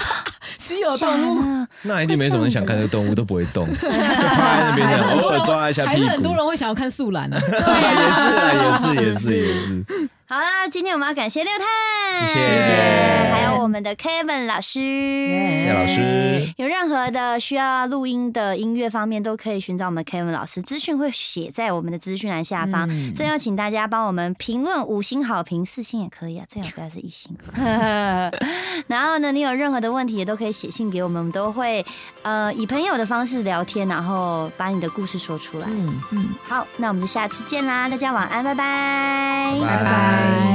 Speaker 2: 稀有动物
Speaker 1: 物，
Speaker 4: 那一定没什么人想看这个动物都不会 动，就趴在那边
Speaker 2: 还是
Speaker 4: 的，
Speaker 2: 很
Speaker 4: 偶
Speaker 2: 多
Speaker 4: 尔
Speaker 2: 人
Speaker 4: 抓一下
Speaker 2: 还
Speaker 4: 屁
Speaker 2: 是
Speaker 4: 股，
Speaker 2: 很多人会想要看素兰 啊。
Speaker 1: 对
Speaker 4: 啊
Speaker 1: 啊，
Speaker 4: 也是啊，也
Speaker 1: 不
Speaker 4: 是也是也是，
Speaker 1: 好啦，今天我们要感谢六探，
Speaker 4: 谢谢
Speaker 1: 还有我们的 Kevin 老师。
Speaker 4: 谢谢哎老师，
Speaker 1: 有任何的需要录音的音乐方面，都可以寻找我们 Kevin 老师，资讯会写在我们的资讯栏下方，
Speaker 2: 嗯
Speaker 1: 所以要请大家帮我们评论五星好评，四星也可以啊，最好不要是一星。 然后呢，你有任何的问题也都可以写信给我们，我们都会呃以朋友的方式聊天，然后把你的故事说出来。
Speaker 2: 嗯，
Speaker 3: 嗯，
Speaker 1: 好，那我们就下次见啦，大家晚安，拜拜
Speaker 4: 拜拜。